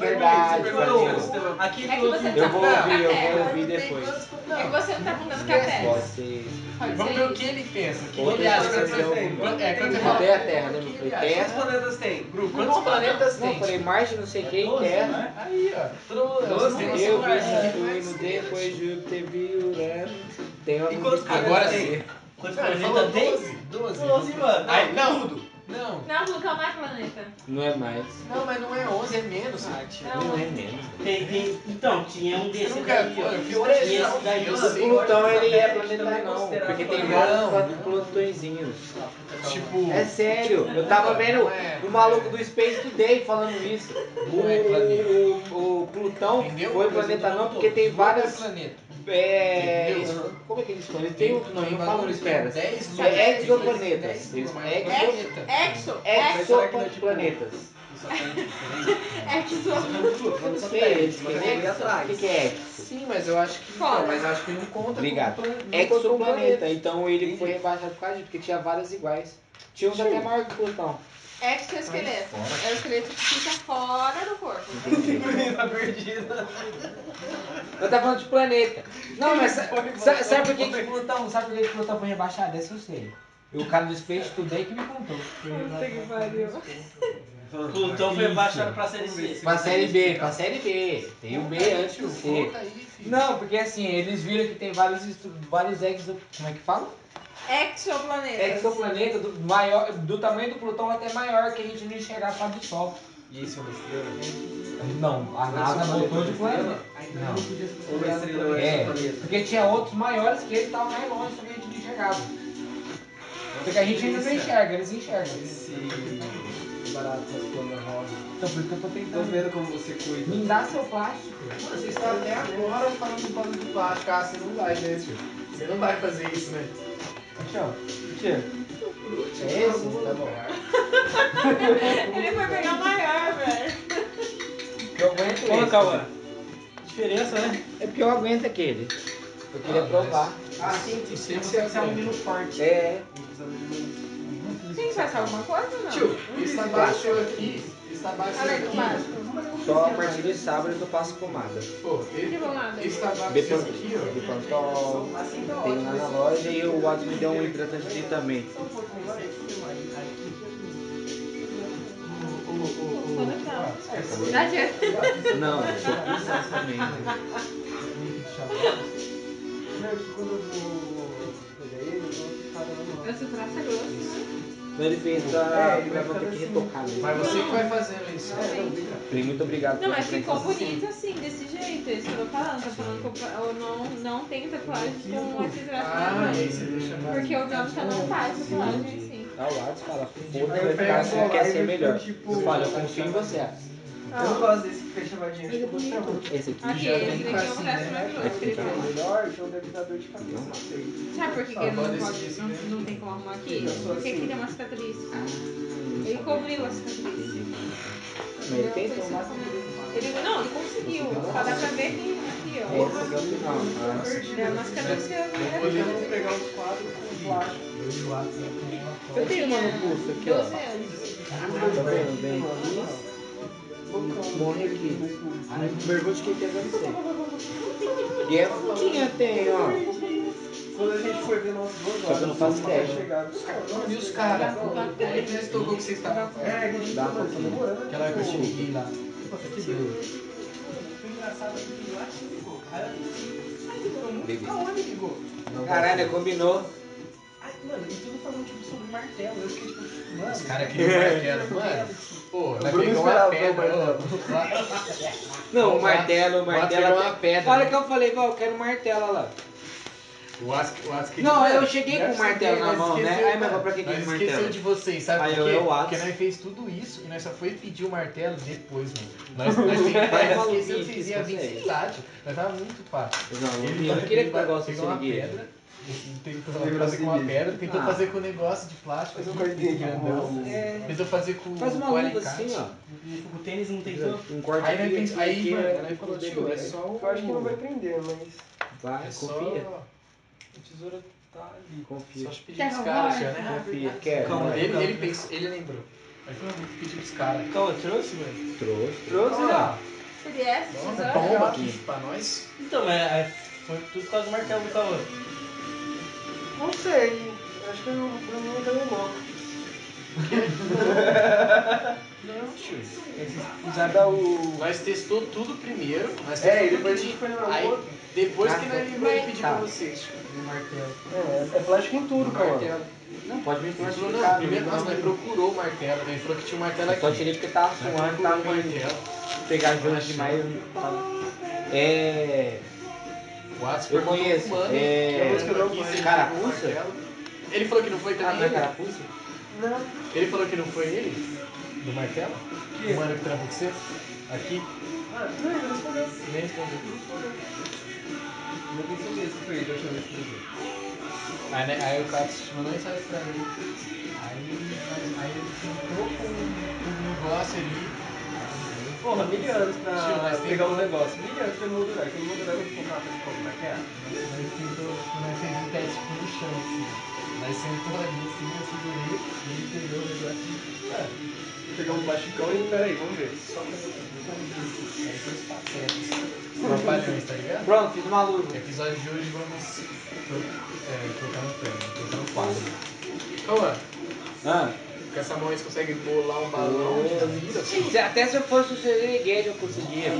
S1: peraí,
S2: verdade,
S1: você
S2: falei
S1: perguntou
S2: on.
S1: o sistema- Aqui
S4: É que
S1: todos-
S4: você
S2: Eu
S4: tá
S2: vou
S4: bom.
S2: ouvir, eu vou
S4: Não,
S2: ouvir depois.
S4: É que você não tá botando café.
S2: Vocês.
S4: Pode
S3: Vamos
S4: ser
S3: ver o
S4: isso.
S3: que ele pensa. O que
S2: Vou
S3: ele acha que
S1: deixar
S3: você
S1: fazer
S3: tem?
S1: um-
S3: Quanto- É, quando você
S2: Eu
S3: fala-
S2: botei a terra, né? Eu
S3: Ele
S2: falei
S3: acha.
S1: Quantos
S2: terra.
S1: planetas tem?
S3: Bru, quantos planetas
S2: Não, eu
S3: tem?
S2: falei Marte, não sei quem, é.
S1: Doze,
S2: terra.
S1: né?
S3: Aí, ó. Todo mundo.
S1: Doze,
S3: todo
S1: tem
S3: mundo
S1: eu,
S2: Eu,
S3: solar, né?
S2: Saturno, depois Júpiter, Urano. né? Tem uma
S1: E quantos
S2: música. assim.
S1: planetas
S3: Agora
S1: tem?
S3: sim.
S5: Quantos
S3: Não, ele
S5: planetas
S3: falou
S5: tem?
S3: 12. 12.
S1: Doze, mano.
S3: Ai, não. Não.
S4: Não, Plutão não é planeta.
S2: Não é mais.
S3: Não, mas não é 11, é menos.
S4: Não.
S2: Não é menos.
S5: Tem, tem. Então, tinha um
S3: Você
S5: desse
S3: nunca
S5: daí,
S3: eu
S5: ó.
S3: fiz três
S5: Tinha
S3: não,
S5: esse daí,
S3: eu
S5: ó.
S3: sei.
S2: Plutão ele é
S1: Também
S2: planetário não,
S1: considerado
S2: porque tem
S3: planetário.
S2: vários plutõezinhos.
S3: Tipo.
S2: É sério, eu tava vendo
S3: É.
S2: o maluco do Space Today falando isso.
S3: Não é planeta.
S2: O, o, o Plutão
S3: Entendeu?
S2: foi
S3: Mas
S2: planeta
S3: ele
S2: não,
S3: mudou.
S2: porque tem
S3: Não é
S2: várias.
S3: planeta.
S2: É,
S3: Entendeu?
S2: isso- como é que eles falam? Ele tem outro nome, não falam
S3: valores, tem
S2: esferas.
S3: 10
S2: É
S3: luas, tem
S2: exoplanetas.
S3: 10 luas,
S2: Eles-
S3: mas é
S2: exo-
S3: planeta.
S4: Exo,
S1: será
S4: exo.
S1: que não é tipo-
S2: Exoplanetas. Só tem diferente.
S4: É que sua
S1: Eu não
S3: Só
S1: sei,
S3: tem
S1: eles,
S3: eles,
S1: mas eu
S3: tem
S1: vou
S3: eles.
S1: ir
S6: O que,
S1: atrás.
S6: que é Exo?
S3: Sim, mas eu acho que.
S4: Fora.
S3: Então, mas eu acho que não conta
S6: Obrigado.
S3: com o plan-
S2: É
S3: não conta com o
S6: Exoplaneta. Então ele foi rebaixado por causa disso, porque tinha várias iguais. Tinha uns até maior que Plutão.
S4: exoesqueleto. É o esqueleto que fica fora do corpo.
S1: Menina perdida.
S6: Eu tava falando de planeta. Não, mas sa- sa- sabe por que que
S2: que Plutão, sabe por que que Plutão foi rebaixado? Essa eu sei. E o cara do Space Today que me contou.
S4: Puta que pariu.
S7: Então,
S5: Plutão foi baixado pra série C.
S6: Pra série B, pra série B. Tem o B antes do C.
S3: Conta aí, filho.
S2: Não, porque assim, eles viram que tem vários estru- vários exo. Como é que fala?
S4: Exoplanetas.
S2: Exoplaneta do, maior, do tamanho do Plutão até maior que a gente não enxergar para do Sol.
S1: E isso é uma estrela?
S2: Não, a NASA voltou de planeta. Não.
S1: Ou uma estrela é
S2: É,
S1: um planeta?
S2: porque tinha outros maiores que ele tava mais longe, só que a gente não enxergava. Porque a gente ainda não enxerga, eles enxergam.
S1: Esse barato essas né, plantas rosa.
S2: Então por isso que eu
S1: Tô
S2: tô
S6: Hum.
S2: tentando.
S1: vendo como você cuida.
S2: Me dá seu plástico.
S3: Mano, você está até agora falando do pano do plástico. Ah, você não vai, né, tio? Você não vai fazer isso, né?
S2: Aqui, ó.
S1: O quê?
S3: É esse? Tá bom.
S4: Ele foi pegar o maior, velho.
S2: Eu aguento esse.
S5: Ô, Cauã. Diferença, né?
S6: É porque eu aguento aquele.
S2: Eu queria provar.
S3: Ah, sim, tio. Você você é um menino forte.
S6: assim. É.
S1: um
S4: Tem que passar alguma coisa ou não?
S3: Tio, isso abaixo aqui. Isso abaixo
S4: Olha aí do
S3: aqui.
S4: plástico.
S6: Só a partir de sábado que eu passo pomada.
S3: Pô,
S4: Que bom nada.
S3: isso abaixo
S6: Depois,
S3: aqui, ó.
S6: depois eu
S1: Assim tá
S6: tenho lá na loja e o Wads me deu um hidratante de também.
S1: um
S4: Ficou legal. Tá Dá jeito.
S6: Não, é exatamente.
S4: Esse braço é grosso.
S6: Mas ele fez
S3: É,
S6: a. Eu vou ter que retocar
S3: Mas
S6: mesmo.
S3: você que assim. vai fazendo isso.
S1: É,
S6: Falei, Muito obrigado
S4: Não, mas
S6: presença.
S4: ficou bonito assim, desse jeito. Isso que eu tô falando. Tô falando que eu, eu não, não tenho tatuagem com
S1: então,
S4: esse braço
S3: Ah,
S4: na
S3: e aí
S4: mão.
S3: você deixa mais.
S4: Porque o tá Jonathan não faz tatuagem assim.
S6: Ah, o Wads fala, foda vai ficar assim, quer ser melhor. Eu falo, eu confio em você.
S1: tipo, Eu não gosto desse que fecha a gente.
S4: Ele é bonito.
S6: Esse aqui
S4: Aqui,
S6: já
S4: esse
S6: vem.
S1: assim,
S4: daqui é um
S1: né?
S4: braço mais grosso que ele
S6: Vai
S4: fala.
S1: melhor, então deve dar dor de cabeça. Não sei.
S4: Sabe por que, que ele
S3: Agora
S4: não,
S3: esse
S4: pode,
S3: desse
S4: não,
S3: mesmo.
S4: não tem como arrumar aqui?
S1: Eu sou
S4: Porque aqui
S1: assim.
S4: tem uma cicatriz.
S6: Ah,
S4: Ele cobriu a cicatriz.
S6: mas ele tentou, mas
S4: Ele, não, ele conseguiu. Só dá pra ver que aqui,
S6: esse aqui é
S4: ó.
S6: o final. Ah,
S4: É uma cicatriz que eu
S3: Podemos pegar os
S6: Eu tenho uma no pulso aqui, ó.
S4: 12 anos.
S6: Tá vendo bem? Morre aqui. Pergunte quem tem você. E é pouquinho tem, ó.
S1: Quando a gente foi ver nossas duas
S6: Só que eu não faço
S1: nós tava
S6: ideia.
S1: chegado.
S3: quadros. E os caras? Ele já estocou o que vocês estavam
S1: É,
S3: fazendo.
S1: a gente
S6: Dá
S1: tá
S6: pra fazer.
S1: demorando.
S2: Aquela que eu te liguei lá.
S1: um
S6: Caralho, combinou.
S2: Os caras
S6: É.
S2: que martelo. Mano,
S3: é Pô, vai
S1: Bruno
S3: pegar uma
S1: esperava
S6: né?
S3: pedra.
S1: o
S3: ó.
S6: Não,
S3: Vamos
S6: o
S3: lá.
S6: martelo, o
S3: Vai
S6: martelo.
S3: pegar uma pedra.
S1: né?
S6: Na hora que eu falei, "Vó, eu quero um martelo olha lá.
S3: O Ask, o Ask
S6: Não, eu cheguei com
S3: Nós
S6: o martelo na mão, né?
S3: esqueceu,
S6: Aí, mas pra que que
S3: nós
S6: é o
S3: esqueceu
S6: martelo?
S3: de vocês, sabe
S6: Aí
S3: por
S6: eu-
S3: quê?
S6: eu acho.
S3: Porque nós fez tudo isso e nós só foi pedir o martelo depois, mano. Nós, nós,
S6: É,
S3: nós esqueceu que vocês iam vir, sei lá, tio. Nós tava muito fácil.
S6: Não, eu
S3: Ele
S6: não
S3: vai-
S6: queria
S3: ele
S6: que o
S3: vai
S6: negócio
S3: pegar uma
S6: se ligue.
S3: pedra, ele Tentou
S1: Lembra
S3: fazer com uma
S1: seguinte.
S3: pedra, tentou
S6: Ah.
S3: fazer com um negócio de plástico,
S1: Faz um
S3: assim,
S1: cortinho aqui,
S3: grandão. É.
S1: ó.
S3: Tentou fazer com
S6: Faz uma
S3: com
S6: luva
S3: alicate.
S6: assim, ó.
S5: O tênis não tem tanto.
S6: Um corte
S3: Aí, nós
S6: aqui,
S3: pens-
S6: aqui,
S3: aí,
S6: aqui, né?
S3: mano,
S6: ó.
S3: aí falou, tio, é só o...
S1: Eu acho que não vai prender, mas.
S6: Vai,
S3: É só...
S6: confia.
S1: A tesoura tá ali.
S6: Confia.
S3: Só te pedir
S4: Quer
S3: os
S4: um
S3: caras,
S4: gole?
S3: já, né?
S6: Confia. Quer?
S5: Calma
S6: vai.
S5: aí.
S3: Ele, ele pensou, ele lembrou. Aí falou, vou pedir pros caras.
S5: Cauã, trouxe, velho?
S6: Trouxe.
S2: trouxe, ó.
S4: Ele é esse
S3: Nossa,
S4: tesouro?
S3: bomba aqui pra nós.
S5: Então, mas é, foi tudo por causa do martelo do Cauã.
S1: Não sei. Acho que o Bruno nunca me moca.
S3: Não, tio.
S1: Já dá o.
S3: Nós testou tudo primeiro, nós testou
S1: É, e depois a
S3: tudo
S1: gente foi
S3: aqui.
S1: na
S3: Aí,
S1: outra.
S3: depois que
S6: Ah,
S3: nós
S6: tá.
S3: vai pedir pra
S6: Tá.
S3: vocês, tio. O martelo.
S1: É, é plástico em tudo,
S3: O
S1: cara.
S3: martelo.
S6: Não, pode me
S3: Nós falou,
S6: classificar.
S3: não, primeiro nós nós procurou o martelo, ele falou que tinha um martelo
S6: Eu
S3: aqui.
S6: só tirei porque tava
S3: Nós
S6: suando, tá tava
S3: procurou o martelo.
S6: pegajoso demais. eu tava- É.
S3: O Atos
S6: Eu
S3: perguntou
S6: conheço.
S3: pro mano.
S6: É.
S3: que eu não conheço.
S6: Carapuça?
S3: Ele falou que não foi
S6: Ah, não é
S3: também.
S6: carapuça?
S1: Não.
S3: Ele falou que não foi ele? Do martelo? O mano que trampa com você? Aqui?
S1: Ah, não, ele respondeu.
S3: Nem respondeu.
S1: Não tem certeza que foi ele, eu chamei de Bruno.
S3: Aí, né, aí o cara te mandou
S8: um,
S3: mensagem pra mim. Aí, aí ele ficou com o negócio ali.
S1: Porra, mil anos
S3: Tio,
S1: pra
S3: mas tem
S1: pegar um
S3: como-
S1: negócio. Mil anos pra mudar. Quem muda lugar vai comprar pra comprar. que é?
S8: Nós fez o- nós fez um teste com o chão, assim. Nós sentou ali assim, eu segurei, ele pegou o negócio e. Ah,
S1: Pegar um basticão e peraí, vamos ver.
S8: aí foi os patetas. Trapalhões, tá ligado?
S9: Pronto, fiz uma luz.
S8: No episódio de hoje vamos tro- é, trocar um prêmio, trocar um quadro.
S3: Ô,
S9: Ah.
S3: com essa mão eles conseguem bolar um balão assim. de lira.
S2: Se- Até se eu fosse o siriguejo eu conseguia.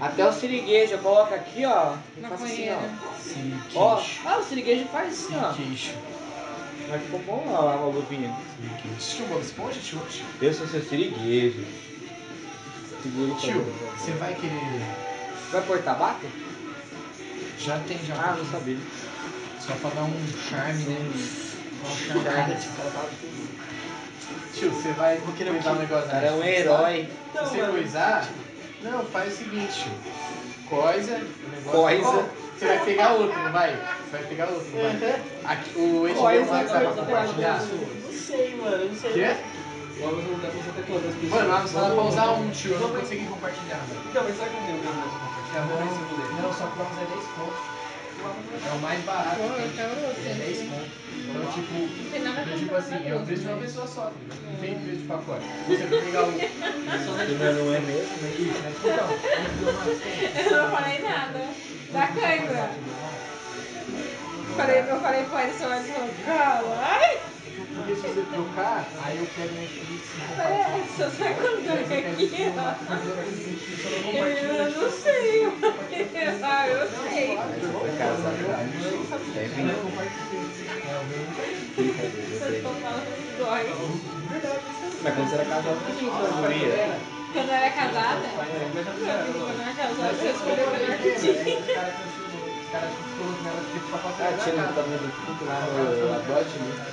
S2: Até o siriguejo, coloca aqui, ó. e
S4: Na
S2: faz assim,
S4: banheira.
S2: ó.
S8: Sim,
S2: Ó,
S8: queixo.
S2: ah, o siriguejo faz assim,
S9: Ah.
S2: ó.
S8: Queixo.
S2: Mas ficou bom, ó, a luvinha.
S8: Sim, queixo.
S3: Tio, Bob Esponja, tio?
S2: Eu sou seu siriguejo. Siriguejo
S3: Tio,
S2: faz-
S8: você vai querer.
S2: Vai pôr tabaco?
S8: Já tem, já.
S2: Ah, não sabia.
S8: Só pra dar um charme, né? Dar um charme.
S2: Charme.
S3: Tio, você vai vou querer cuidar um negócio
S2: O cara é um
S3: sabe?
S2: herói.
S3: Se
S1: Então,
S3: você coisar, não, faz o seguinte. Coisa, o negócio. é
S2: Coisa.
S3: Você vai pegar outro, não vai? Você vai pegar outro, não vai?
S2: Uhum.
S3: Aqui, o Edmundo vai saber compartilhar.
S10: Não sei, mano. Eu não sei.
S3: Quê?
S1: O Amazon não dá pra você ter todas as
S3: Mano,
S1: pessoas.
S3: a sala pra usar um, tio. Eu não consegui compartilhar. velho.
S1: Então, mas será que não tem o mesmo pra compartilhar? Vamos ver se eu vou ler.
S8: Tá Não, só pra uns é 10 pontos. É o mais barato.
S4: Pô,
S8: né?
S4: tá louco,
S8: É 10
S4: gente.
S8: pontos. Então, tipo,
S4: Não tem nada a ver
S8: eu, tipo
S4: com
S8: assim,
S4: nada,
S8: eu
S4: não.
S8: vejo de uma pessoa só. Não tem preço de pacote. Você vai pegar um.
S2: Não é mesmo?
S8: Isso, né? Então, vamos ver uma vez.
S4: Eu não falei nada. Da câimbra. Falei, eu falei com ele, seu olho falou, cala. Ai,
S8: Porque se você trocar, aí eu pego Netflix e compartilho.
S4: parece, eu só acordei aqui, ó.
S8: assim, tipo,
S4: Eu
S8: Eu
S4: não sei, mas ah, eu sei.
S2: né?
S4: Vocês estão falando dói.
S2: Mas quando você era casado, você tinha fandoria.
S4: Quando eu era casada, quando eu era casada, eu escolhi o melhor que tinha.
S2: Ah, tinha no computador tudo lá no Adote, né?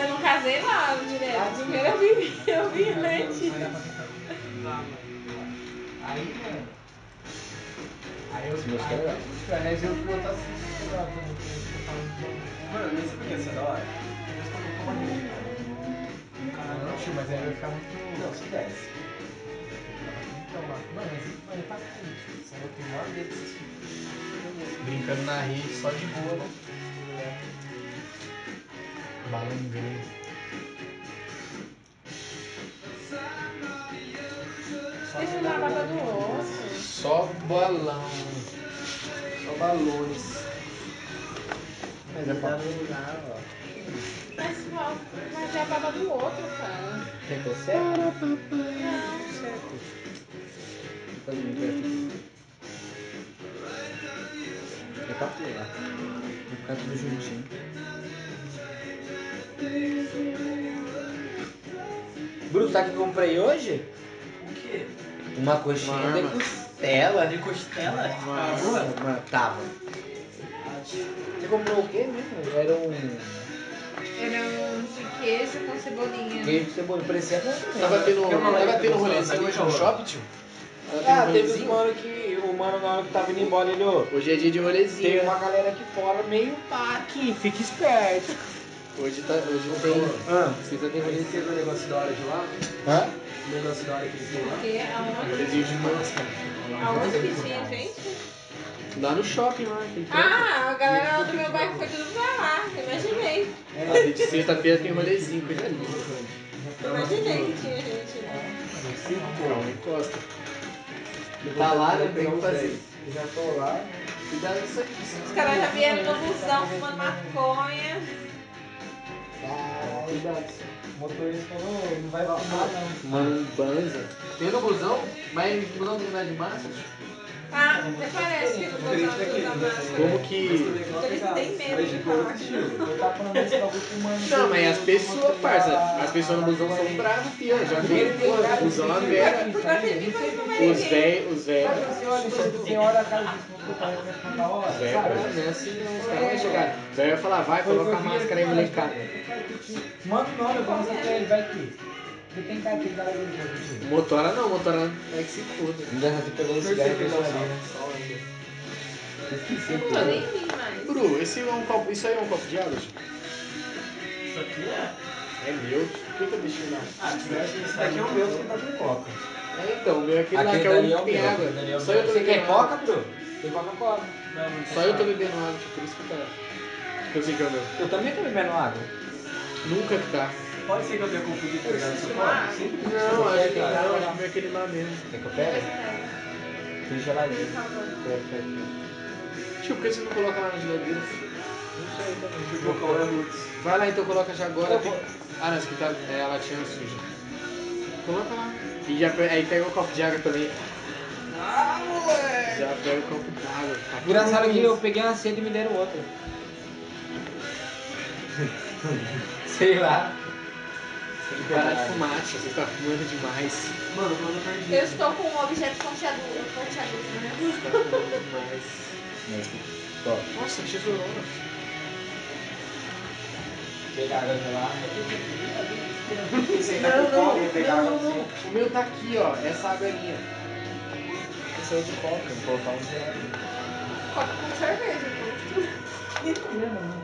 S4: Eu não casei lá direto. Primeiro eu vim, eu vim antes.
S8: Aí, mano. Aí eu.
S2: Esse músico é legal.
S8: Mas eu vou botar assim.
S1: Mano, mas você é conhece da hora?
S8: Ah, Não, tio, mas aí vai ficar muito.
S1: Não, se desce.
S8: Então, mano, mas é pra caralho. Isso aí eu tenho o maior medo desses filmes. Brincando na rede, só de boa, né? Balangando.
S4: Deixa eu lavar pra é do osso.
S3: Só balão. Só né, balões.
S2: Mas é pra...
S4: Mas, ó, mas é a baba do outro, cara.
S2: Quer que eu seque? Seque. Faz um inverno. É pra pular. Vai ficar tudo juntinho. Bruto, sabe o que eu comprei hoje?
S10: O quê?
S2: Uma coxinha
S3: Uma
S2: de
S3: arma.
S2: costela.
S10: De costela?
S3: Uma-
S10: Tá boa?
S2: Mano, tava. Você comprou o quê mesmo? Era um
S4: Era um de queijo com cebolinha.
S2: queijo de cebolinha. Parecia um bom.
S3: Tava tendo,
S1: Quer uma
S3: tava
S1: leve
S3: tendo rolê
S1: gostosa
S3: assim
S1: ali,
S3: hoje no
S1: calor?
S3: shopping, tio? Tava tendo
S2: Ah, teve
S3: rolezinho?
S2: um mano que. O mano na hora que tava indo embora, ele ô.
S3: Hoje é dia de rolezinho.
S2: Tem uma galera aqui fora meio pá aqui, fica esperto.
S3: Hoje, tá, hoje não um- tem.
S2: Hã?
S1: Vocês já têm conhecido o negócio da hora de lá?
S2: Hã?
S1: O negócio da hora que eles têm lá?
S4: Porque aonde,
S3: Rolezinho de mansão.
S4: aonde que tinha, gente?
S3: Lá no shopping, lá. tem que-
S4: Ah, a galera do meu bairro foi tudo pra lá. Imaginei.
S3: Ah, de sexta-feira tem rolezinho, coisa linda. né?
S4: Imaginei que tinha gente lá.
S3: Não, encosta. Tá lá, né?
S2: um
S3: Tem que fazer.
S2: Já tô lá.
S3: Cuidado isso aqui. senão-
S4: Os caras já vieram no busão fumando maconha.
S2: Caralho.
S10: O motorista falou, não vai fumar não.
S3: Mano, banza. Tem no busão, mas no busão tem nada de massa.
S4: Ah, até parece que no busão eles usam máscara.
S3: Como que.
S4: Eles têm medo de falar.
S10: Eu tava falando esse bagulho com o mano.
S3: Não, mas as pessoas, parça. As pessoas no busão são
S10: assim,
S3: bravas, tia. Já tem porra, o busão a vera.
S4: Pra mim, assim, mas não vai
S3: Os
S4: ninguém.
S3: velhos, os velhos.
S10: Você olha, você olha a cara disso, não parece que vai ficar da hora.
S3: Os velhos,
S10: sabe?
S3: não é assim, não. Os caras vão chegar. Os velhos vão falar, vai,
S10: Foi
S3: coloca a
S10: o que eu
S3: máscara
S10: vi,
S3: aí, molecada.
S10: Manda o nome, eu passo pra ele, vai aqui. Porque tem cara que dá pra ele aqui.
S3: Motora não, motora é que se foda.
S2: Ainda já pegou um cigarro e pegou ali, né? Esqueci.
S4: Não vou nem rir mais.
S3: Bru, esse é um copo, isso aí é um copo de água? tio?
S10: Isso aqui é.
S3: É meu? Por que que eu deixei lá?
S5: Esse daqui é o meu que tá com coca.
S3: É, então, o meu é aquele lá
S2: Aquele
S3: que é o
S2: dali é
S3: único
S2: o
S3: que tem
S2: meu,
S3: água.
S2: aquele dali é o
S3: Só
S2: meu.
S3: eu tô
S2: Você quer
S3: bebendo
S2: coca,
S3: água.
S2: Bru? Tem Coca-Cola.
S3: Só eu tô bebendo água, tipo, por isso que tá... Que eu sei que é o meu.
S2: Eu também tô bebendo água.
S3: Nunca que tá.
S1: Pode ser que eu tenha confundido com o lugar do seu copo? Sim.
S3: Não, acho que não. Acho que o meu é aquele lá mesmo.
S2: Quer que eu pegue? Tem geladinho.
S3: Tio, por que você não coloca lá na geladeira?
S1: O bocão é muito.
S3: Vai lá então, coloca já agora. Tem- Ah, não, esse aqui tá... É a latinha suja. Coloca lá. E já pe- aí pega o copo de água também.
S1: Ah,
S3: Já pega o copo de água. Tá
S2: Engraçado que eu peguei uma cedo e me deram outra. Sei lá.
S3: Tem que parar de fumar, tio. Você tá fumando demais.
S1: Mano, quando eu perdi.
S11: Eu estou com um objeto pontiagudo, pontiagudo, né?
S3: Você tá fumando demais. Nossa, tesourona.
S2: Pegar água lá.
S1: Você tá com copo e pegar água assim.
S3: O meu tá aqui, ó. Essa água é minha.
S5: Esse é o de coca. Vou colocar um zero.
S4: Copo com cerveja, né? Tipo, pô.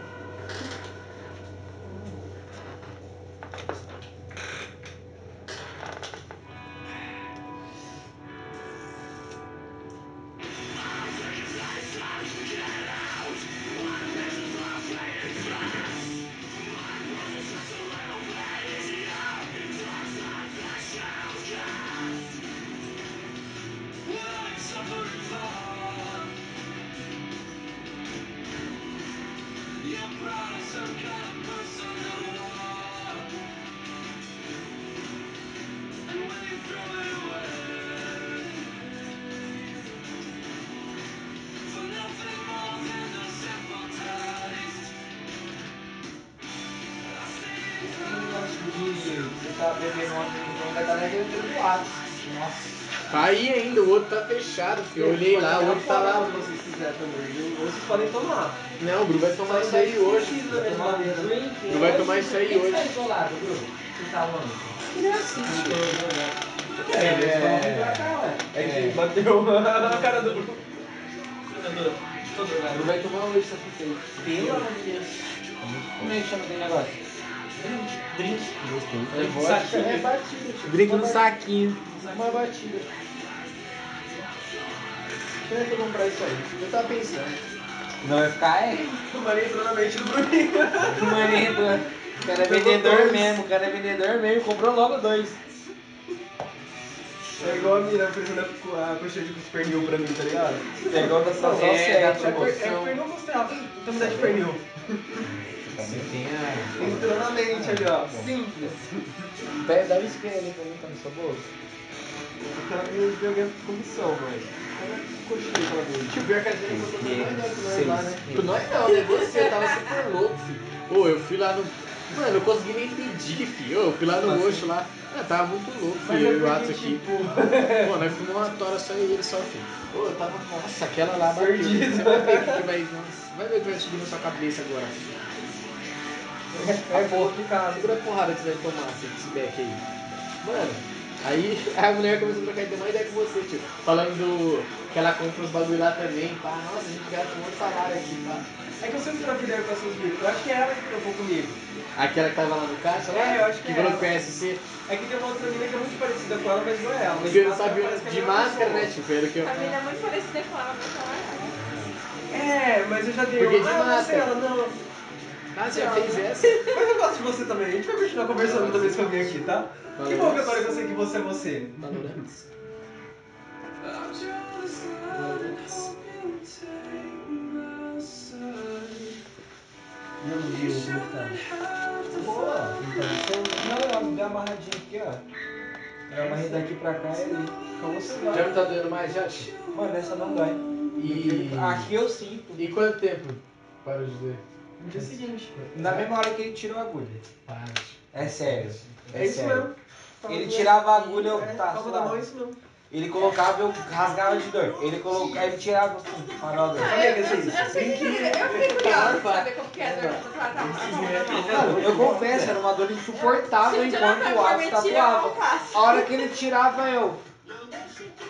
S5: Você tá bebendo uma coisa da galera que eu Nossa.
S3: Tá aí ainda, o outro tá fechado, filho. Eu olhei lá, o outro tá lá.
S1: Se vocês quiserem também, viu? Ou vocês podem tomar.
S3: Não, o Bruno vai tomar isso aí hoje.
S1: Precisa da geladeira.
S3: Não vai tomar isso aí
S5: Você tá
S3: hoje.
S5: isolado, viu? Você tá onde?
S1: É que bateu na cara do Bruno.
S2: Não vai tomar hoje
S3: tá
S2: essa cerveja.
S1: Pelo amor de Deus.
S2: Como é que chama aquele negócio?
S3: É vodka. É batida, tio.
S2: Drink no saquinho.
S3: Uma batida. Como é que eu vou comprar isso aí? Eu tava pensando.
S2: Não vai ficar, é?
S1: O Maria entrou na mente do Bruninho.
S2: Maneiro. O cara é vendedor mesmo, o cara é vendedor mesmo, comprou logo dois.
S1: É igual a mina fazendo a coxinha de pernil pra mim, tá ligado?
S2: Pegou da sua
S1: É, é pernil costela. Então me dá de pernil. Entrou na mente ali, ó. Simples.
S3: Dá um espelho ali pra mim, tá no seu bolso.
S1: Eu joguei comissão, mano. Como coxinha pra mim?
S3: Tio, pior que a gente não
S2: Que
S3: nós lá, né? Nós não, né? Você tava super louco, filho. Ô, eu fui lá no. Mano, eu não consegui nem pedir, filho. Ô, Eu fui lá no Oxo lá. Eu tava muito louco, filho. Eu e o Atos aqui.
S2: É.
S3: Pô, nós fumamos uma tora só e ele só, filho. Ô, eu tava. Nossa, aquela lá bateu. Você vai ver o que que vai. Nossa, vai ver o que vai subir na sua cabeça agora.
S5: É boa que casa.
S3: Segura a porrada que você vai tomar, assim, esse beck aí. Mano, aí a mulher começou a trocar ideia, mais ideia com você, tio. Falando do, que ela compra os bagulho lá também, pá. Nossa, a gente gasta muito salário aqui, pá.
S1: É que eu sempre troco ideia com essas minas. Eu acho que é ela que trocou comigo.
S3: Aquela que tava lá no caixa, lá,
S1: É, eu acho que é
S3: falou
S1: ela.
S3: que conhece você.
S1: É que tem uma outra mina que é muito parecida com ela, mas não é ela. Mas
S3: Você não
S1: ela
S3: sabe
S1: parece que é a
S3: de
S1: mesma
S3: máscara,
S1: pessoa.
S3: né, tio? Foi que eu...
S11: A menina é muito parecida com ela, mas
S4: assim.
S11: ela
S1: É, mas eu já dei
S3: Porque
S1: uma.
S3: de
S1: Ah, não sei
S3: máscara.
S1: ela, não.
S3: Ah, você já fez essa?
S1: Mas eu gosto de você também. A gente vai continuar conversando toda vez que eu vim aqui, tá? Que bom que agora que eu sei que você é você.
S3: Falou, né?
S5: Meu Deus, cara. Boa. Não, ela me deu uma amarradinha aqui, ó. Eu amarrei daqui pra cá e ali. Acabou assim,
S3: Já
S5: ó.
S3: não tá doendo mais, já? tio?
S5: Mano, essa não dói.
S3: E...
S5: Aqui eu sinto.
S3: E quanto tempo? Para de doer.
S1: No dia seguinte.
S5: Na mesma hora que ele tirou a agulha.
S3: Para, tio.
S5: É sério. É,
S1: É isso
S5: sério.
S1: mesmo.
S5: Ele tirava a agulha, eu
S1: É,
S5: tá,
S1: palma
S5: sei
S1: da
S5: lá.
S1: mão, é isso mesmo.
S5: Ele colocava, eu rasgava de dor. Ele colocava, ele tirava assim, farol dele.
S4: Ah, eu, eu, eu, sei que- eu fiquei curiosa pra saber como que é a dor do
S2: é
S5: Mano, eu confesso, era uma dor insuportável enquanto o Atos tatuava. A hora que ele tirava eu.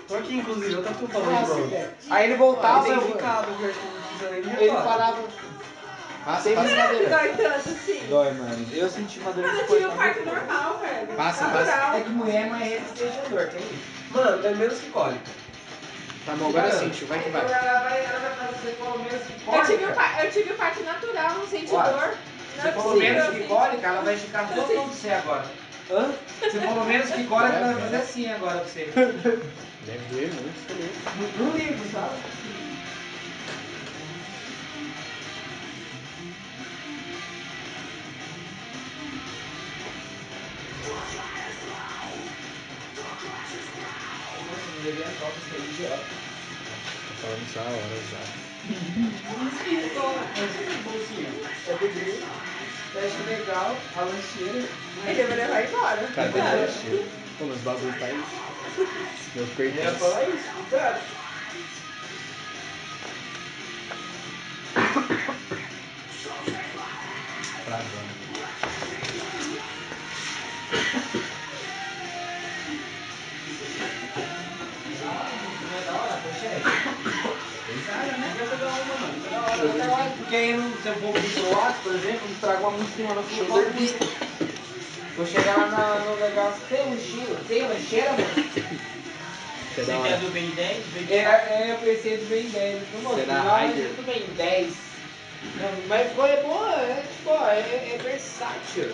S1: Tô aqui, inclusive, eu tava falando de novo.
S5: Aí ele voltava,
S1: Tem
S5: eu.
S1: ficado, eu acho que não precisa nem
S5: Ele
S1: reparar.
S5: parava.
S12: Passa,
S2: Tem
S12: passa a
S4: Será que
S12: cadeira.
S4: dói tanto assim?
S2: Dói, mano. Eu senti uma dor
S4: Mas eu tive um parto normal, velho.
S12: Passa,
S4: Natural.
S2: É que mulher é mais restejador, que é isso.
S1: Mano, é menos que cólico.
S12: Tá bom, agora sim, tio, vai que vai.
S1: ela vai, ela vai fazer pelo menos que
S5: É
S4: Eu tive, um par- eu tive um parto natural, não senti
S2: Olha,
S4: dor. Não
S2: Se
S4: é
S2: for menos que
S4: possível. assim.
S2: cólica, ela vai ficar todo de você agora.
S1: Hã?
S2: Se for menos que cólica, ela vai fazer assim agora pra você.
S12: Deve doer muito.
S2: No, no livro, sabe?
S12: Tá falando já a hora já.
S1: É degree. Teste legal, a lancheira.
S4: Ele vai levar embora.
S12: Cadê
S4: Cara,
S12: o tio? Pô, mas o bagulho tá aí. Meu
S1: Eu ia
S12: pertence.
S1: falar isso, cuidado.
S12: Travando.
S2: Não é da hora, pochete? Cara, né? Eu vou dar uma, mano. Vou dar uma, vou dar uma. Porque aí não tem um pouco de isolado, por exemplo, não trago uma muito semana pro shoulder beat. Vou chegar lá na- no negócio, tem um cheiro, tem uma cheira, mano.
S12: Você dá uma...
S2: do Ben 10?
S1: É, é, eu pensei do Ben 10. Não, mano,
S12: Será
S1: não,
S12: Rider?
S2: do Ben 10. Não, mas ficou é boa, é tipo, ó, é, é versátil.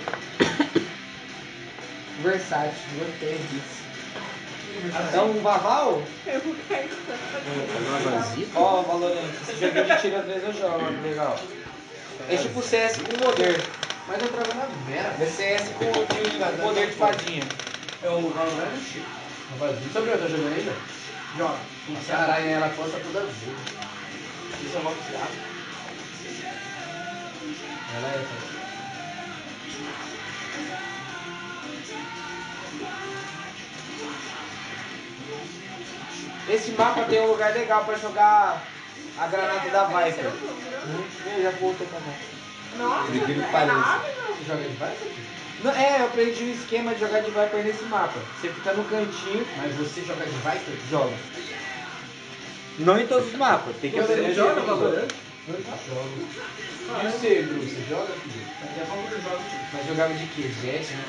S12: Versátil, gostei disso.
S2: Dá um vaval?
S4: eu vou cair tanto.
S12: Uma vazita?
S2: Ó, Valorant, esse joguinho de tiro às vezes eu jogo, mano, legal. É tipo CS com poder.
S12: Mas eu trago na merda.
S2: É CS com de- poder de fadinha.
S3: É o Valorant? O Valorant. Sabe o que eu tô tá jogando ainda? Ah,
S2: Joga.
S3: Caralho, ela posta toda vez. Isso é uma piada. Ela é essa.
S2: Esse mapa tem um lugar legal pra jogar a granada da Viper. Ih, Já voltou pra cá.
S4: Nossa,
S3: Por incrível que
S4: é
S3: pareça.
S4: enorme, mano.
S3: Você joga de base?
S2: Não, é, eu aprendi o esquema de jogar de Viper nesse mapa. Você fica no cantinho,
S3: Mas você joga de Viper?
S2: joga. Não em todos os mapas, tem que
S13: Você joga Valorant?
S3: Eu já jogo.
S1: Ah,
S3: E
S1: é.
S3: você, Bruno? Você joga, filho? É só quando eu jogo.
S2: Mas jogava de que? Jet, né?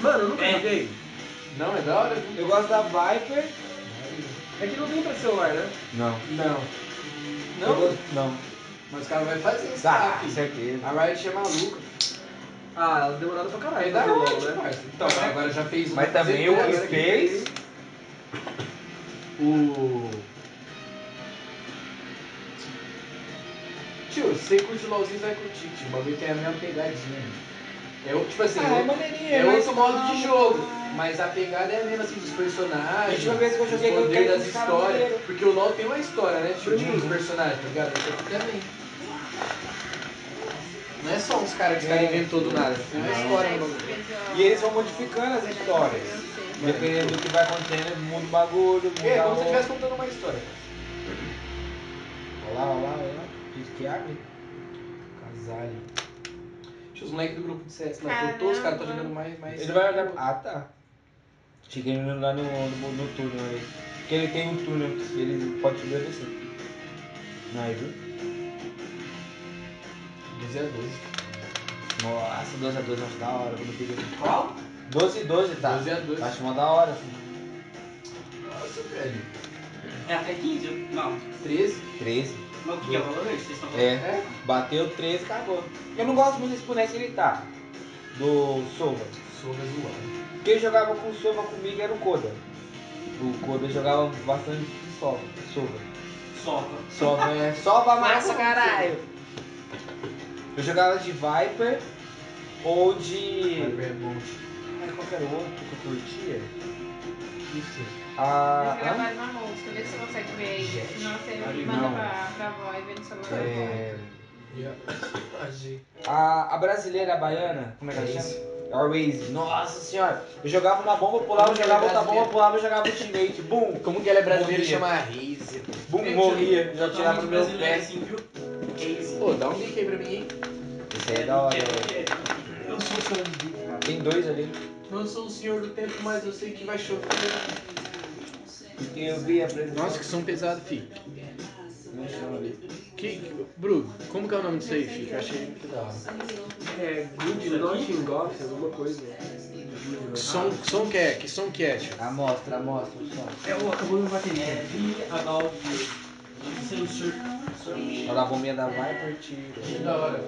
S13: Mano, eu nunca joguei.
S3: Não, é da hora.
S2: Eu gosto da Viper.
S13: É que não tem pra celular, né?
S2: Não. Não.
S3: Não?
S2: Não.
S3: Mas os caras vão fazer isso,
S2: Tá,
S3: tá, filho?
S2: certeza.
S3: A Riot é maluca.
S13: Ah, ela demorada pra caralho.
S3: É da
S1: tá
S13: pra jogar,
S3: Riot,
S1: né?
S3: parça. Então, mas agora já fez uma
S2: Mas também o
S3: zero,
S2: que
S3: né?
S2: fez.
S3: O. Tio, você curte o LOLzinho, você vai curtir, tio. O bagulho tem a mesma pegadinha. né? É o, tipo assim,
S2: Ah, é
S3: é,
S2: maneirinho,
S3: é
S2: mas
S3: outro modo de jogo. Mas a pegada é a mesma, assim, dos personagens.
S2: Última vez que eu
S3: do
S2: joguei, eu
S3: poder
S2: caí
S3: das
S2: num cara
S3: histórias.
S2: maneiro.
S3: Porque o LOL tem uma história, né, tio? De uns personagens, tá ligado? Esse aqui também. Não é só uns caras que os caras inventou do nada. Tem uma história no bagulho.
S2: E eles vão modificando as histórias. Dependendo do que vai acontecendo, muda o bagulho, muda
S3: É, como se
S2: o-
S3: você estivesse contando uma história.
S2: Olha lá, olha lá, olha lá. Isso que abre. Casalho.
S3: Tio, os moleques do grupo de CS, não, todos os caras estão jogando mais, mais.
S2: Ele vai olhar. Ah, tá. Achei que ele não ia olhar no, no, no túnel ali. Porque ele tem um túnel, ele pode subir e descer. Aí, viu?
S3: 12 a 12.
S2: Nossa, 12 a 12 acho da hora. Quando fica assim.
S3: Qual?
S2: 12 a 12, tá?
S3: 12 a 12.
S2: Acho mó da hora. Assim.
S3: Nossa, velho.
S7: É até 15? Não.
S3: 13?
S2: 13.
S7: Mas o que que é Valorant? Vocês
S3: Então,
S7: estão falando?
S2: É. Bateu 13, acabou. Eu não gosto muito desse boneco que ele tá. Do Sova.
S3: Sova zoado.
S2: Quem jogava com Sova comigo era o Koda. O Koda jogava bastante com Sova. Sova.
S7: Soca.
S2: Sova é. Sova massa, caralho! Eu jogava de Viper ou de.
S3: Viper é bom.
S2: Ai, qual que era o outro que eu curtia?
S3: Isso.
S2: Ah.
S14: Eles gravaram uma música, vê se você consegue ver aí. Não sei, manda
S2: Não.
S14: pra, pra avó e vê no celular.
S2: É,
S3: Yeah. Achei.
S2: a, a brasileira a baiana, como é que ela chama? Always, nossa senhora, eu jogava uma bomba, pulava, eu jogava outra bomba, pulava, eu jogava ultimate, bum,
S12: Como que ela é brasileira e
S2: Morria.
S12: chama Reise?
S1: Um
S2: bum, morria, já tirava do meu
S7: brasileiro,
S2: pé.
S7: assim, viu?
S12: Pô, dá um link aí pra mim, hein?
S2: Isso aí é da hora.
S7: É, Eu sou o senhor do tempo.
S2: Tem dois ali.
S3: Não sou o um senhor do tempo, mas eu sei que vai chover.
S2: Eu vi a presença.
S12: Nossa, que som pesado, fi.
S2: Não chama ali.
S3: Que, Bru, como que é o nome disso aí, Chico? Eu achei muito da hora.
S15: É Good Notting Golf, alguma coisa.
S3: Que som, que som que é? Que som que é, Chico?
S2: Amostra, amostra o som.
S7: É o acabou de bater. É V about Sendo Surf.
S2: Olha a bombinha da Viper, tira.
S3: Que da hora.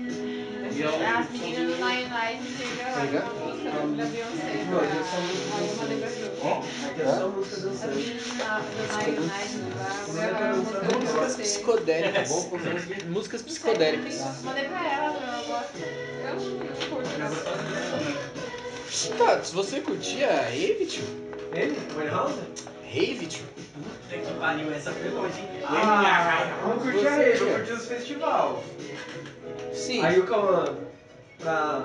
S4: As meninas do Nine Nights chegaram uma música da Beyoncé pra alguma lembrança.
S15: É só música
S4: As
S15: dançante.
S4: meninas da- do Nine Nights gravaram uma música da
S3: Músicas
S4: Beyoncé.
S3: psicodélicas. Músicas psicodélicas.
S4: Mandei pra ela, eu gosto. Eu não não curto nada.
S3: Tá, se você curtia Rave, tio.
S15: Ele?
S3: Rave, tio.
S7: Puta que pariu, essa foi longe, hein?
S1: Ah, Vamos curtir a rave, vamos curtir os festival.
S3: Sim.
S1: Aí o Cauã, pra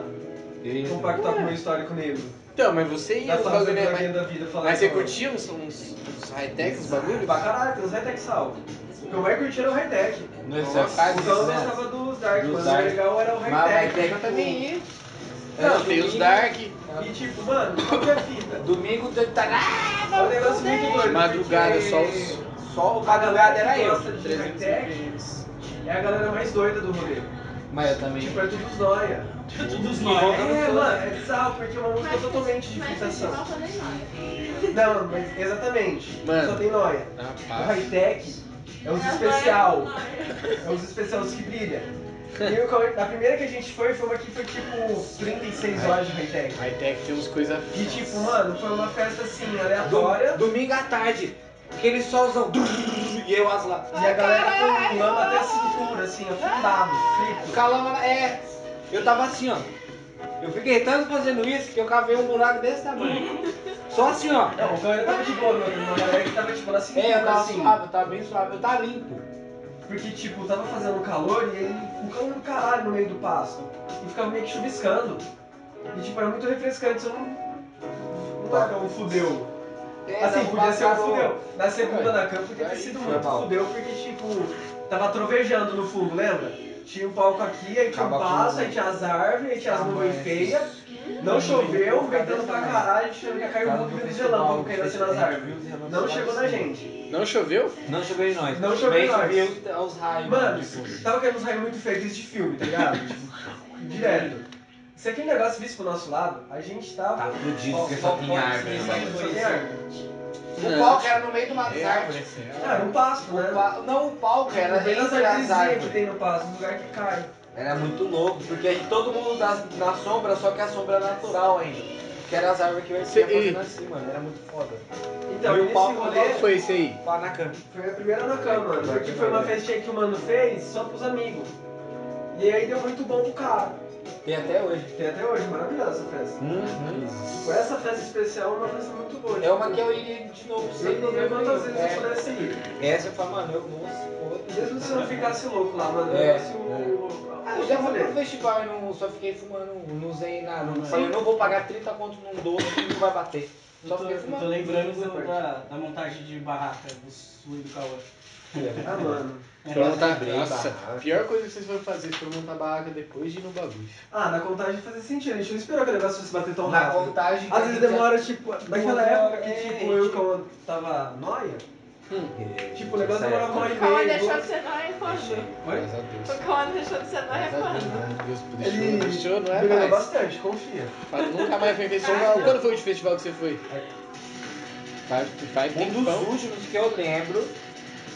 S2: Eita.
S1: compactar com o meu histórico negro,
S3: Então, mas você ia
S1: da
S3: os
S1: fase
S3: bagulho, né?
S1: da
S3: Mas,
S1: minha da vida falar.
S3: mas você
S1: Cauã,
S3: curtia uns, uns, uns high-tech, uns bagulho?
S1: Pra caralho, tem uns high-tech salvo. O que eu mais curti era o high-tech. O
S2: Não, isso é fase
S1: Cauã
S2: de som.
S1: Então, gostava dos dark,
S2: Dos
S1: mas o
S2: dark.
S1: legal era o
S2: Mas
S1: high-tech.
S2: high-tech
S1: tipo,
S2: também,
S3: Não, tem os dark,
S1: E tipo, mano, qual que é a fita?
S2: Domingo tu tá
S1: É um negócio muito doido.
S3: madrugada,
S1: porque
S3: só os...
S2: Só o
S1: A galera
S2: madrugada
S1: era
S2: era
S1: que
S2: eu.
S1: gosta de high-tech é a galera mais doida do rolê.
S2: Mas eu também.
S1: Tipo, é tudo os nóia.
S7: Tudo dos
S1: É,
S7: nós. né?
S1: mano, é bizarro, porque é uma música totalmente de
S4: Mas é
S1: fixação.
S4: festival só nem nós. né,
S1: Não, mas exatamente.
S3: Mano.
S1: Só tem noia. O
S3: Rapaz.
S1: high-tech é os especial. É os especial, os que brilha. E o qual- a primeira que a gente foi foi uma que foi tipo 36 horas de high-tech.
S3: High-tech tem uns coisa...
S1: E tipo, mano, foi uma festa assim, aleatória.
S2: Domingo à tarde. Aquele solzão. E eu as lá.
S1: E a galera pulando até a cintura, assim, afundado, frito.
S2: Calama na. É. Eu tava assim, ó. Eu fiquei tanto fazendo isso que eu cavei um buraco desse tamanho. Só assim, ó.
S1: Não, o galera tava de boa, mano. Uma galera que tava tipo na
S2: É, eu
S1: cintura,
S2: tava
S1: assim.
S2: suave, eu tava bem suave, eu tava limpo.
S1: Porque, tipo, tava fazendo calor e ele ficava um caralho no meio do pasto. E ficava meio que chuviscando. E, tipo, era muito refrescante, você não. Não era um fudeu.
S2: É,
S1: Assim,
S2: não,
S1: podia ser um
S2: passaram-
S1: fudeu. Na segunda na cama podia ter
S2: Aí
S1: sido
S2: foi
S1: muito
S2: mal.
S1: fudeu, porque, tipo, tava trovejando no fundo, lembra? Tinha um palco aqui, aí tinha um
S2: Acaba com
S1: passo,
S2: o-
S1: aí tinha as árvores, aí tinha as
S2: Ah,
S1: nuvens
S2: mas-
S1: feias. Não choveu, ventando pra
S2: Cabeça,
S1: caralho, tinha caiu um pouco de relâmpago caindo assim nas árvores. Não chegou na gente.
S3: Não choveu?
S2: Não choveu em nós.
S1: Não choveu em nós.
S2: choveu aos raios.
S1: Mano, tá
S2: tipo,
S1: tava querendo sair é muito feliz de filme, tá ligado? Tipo, Direto. Se aquele um negócio visse pro nosso lado, a gente
S2: Tá
S1: tava.
S2: fudido,
S1: Ó,
S2: porque
S1: ó,
S2: só tem
S1: ó,
S2: árvore.
S1: sim,
S2: né, mano?
S1: só tem árvore.
S2: O palco era no meio de umas
S3: É.
S2: árvores.
S1: Ah, era um pasto,
S2: O
S1: né?
S2: pa- Não, o palco era
S1: Bem nas
S2: entre as
S1: artesinhas que
S2: árvores.
S1: tem no pasto, no lugar que cai.
S2: Era muito louco, porque aí todo mundo na, na sombra, só que a sombra é natural ainda. Que era as árvores que vai
S3: Cê-
S2: ser fazendo assim, mano. Era muito foda.
S1: Então,
S2: E o
S1: nesse
S2: palco tá
S1: rolê
S3: Qual foi esse aí?
S2: Pá na cama.
S1: foi a primeira na cama, mano. Porque foi uma festinha que o mano fez só pros amigos. E aí deu muito bom pro cara.
S2: Tem até hoje.
S1: Tem até hoje, maravilhosa essa festa. Foi essa festa especial, uma festa muito boa.
S2: É uma que eu iria de novo sem
S1: Sem
S2: problema
S1: ver quantas vezes eu
S2: nenhum.
S1: pudesse ir.
S2: É. Essa eu falei, mano, eu vou se foda.
S1: Mesmo se eu não ficasse louco lá, mano.
S2: É.
S1: Eu fosse um o.
S2: Ah, eu já fui pro festival e não, só fiquei fumando, não usei nada. Não, falei, eu não vou pagar 30 conto num doce que não vai bater. Só
S7: Eu tô,
S2: fiquei
S7: eu tô
S2: fumando.
S7: lembrando do- da, da montagem de barraca do sul do Cauã.
S1: Ah, mano.
S3: Pra montar...
S2: lembrei,
S3: Nossa,
S2: barraca.
S3: a pior coisa que vocês foram fazer foi montar barraca depois de ir no bagulho.
S1: Ah, na contagem fazia sentido, a gente não esperou que o negócio fosse bater tão
S2: Na
S1: rápido.
S2: contagem.
S1: Às vezes demora, tipo, naquela
S2: Duas
S1: época
S2: horas,
S1: que,
S2: é,
S1: tipo, eu quando tava noia, tipo, o negócio demorava uma hora e
S4: Cauã
S1: meia.
S4: deixou de
S1: duas-
S4: ser nóia quando?
S3: Graças a Deus.
S4: O Cauã deixou de ser nóia
S3: Graças a Deus,
S4: quando?
S3: né? Deus deixou,
S1: Ele
S3: deixou, não é mais.
S1: melhorou bastante, confia.
S3: Fala, Nunca mais foi em festival. Quando foi o último festival que você foi? Faz, faz
S2: Um dos
S3: tempão.
S2: últimos que eu lembro,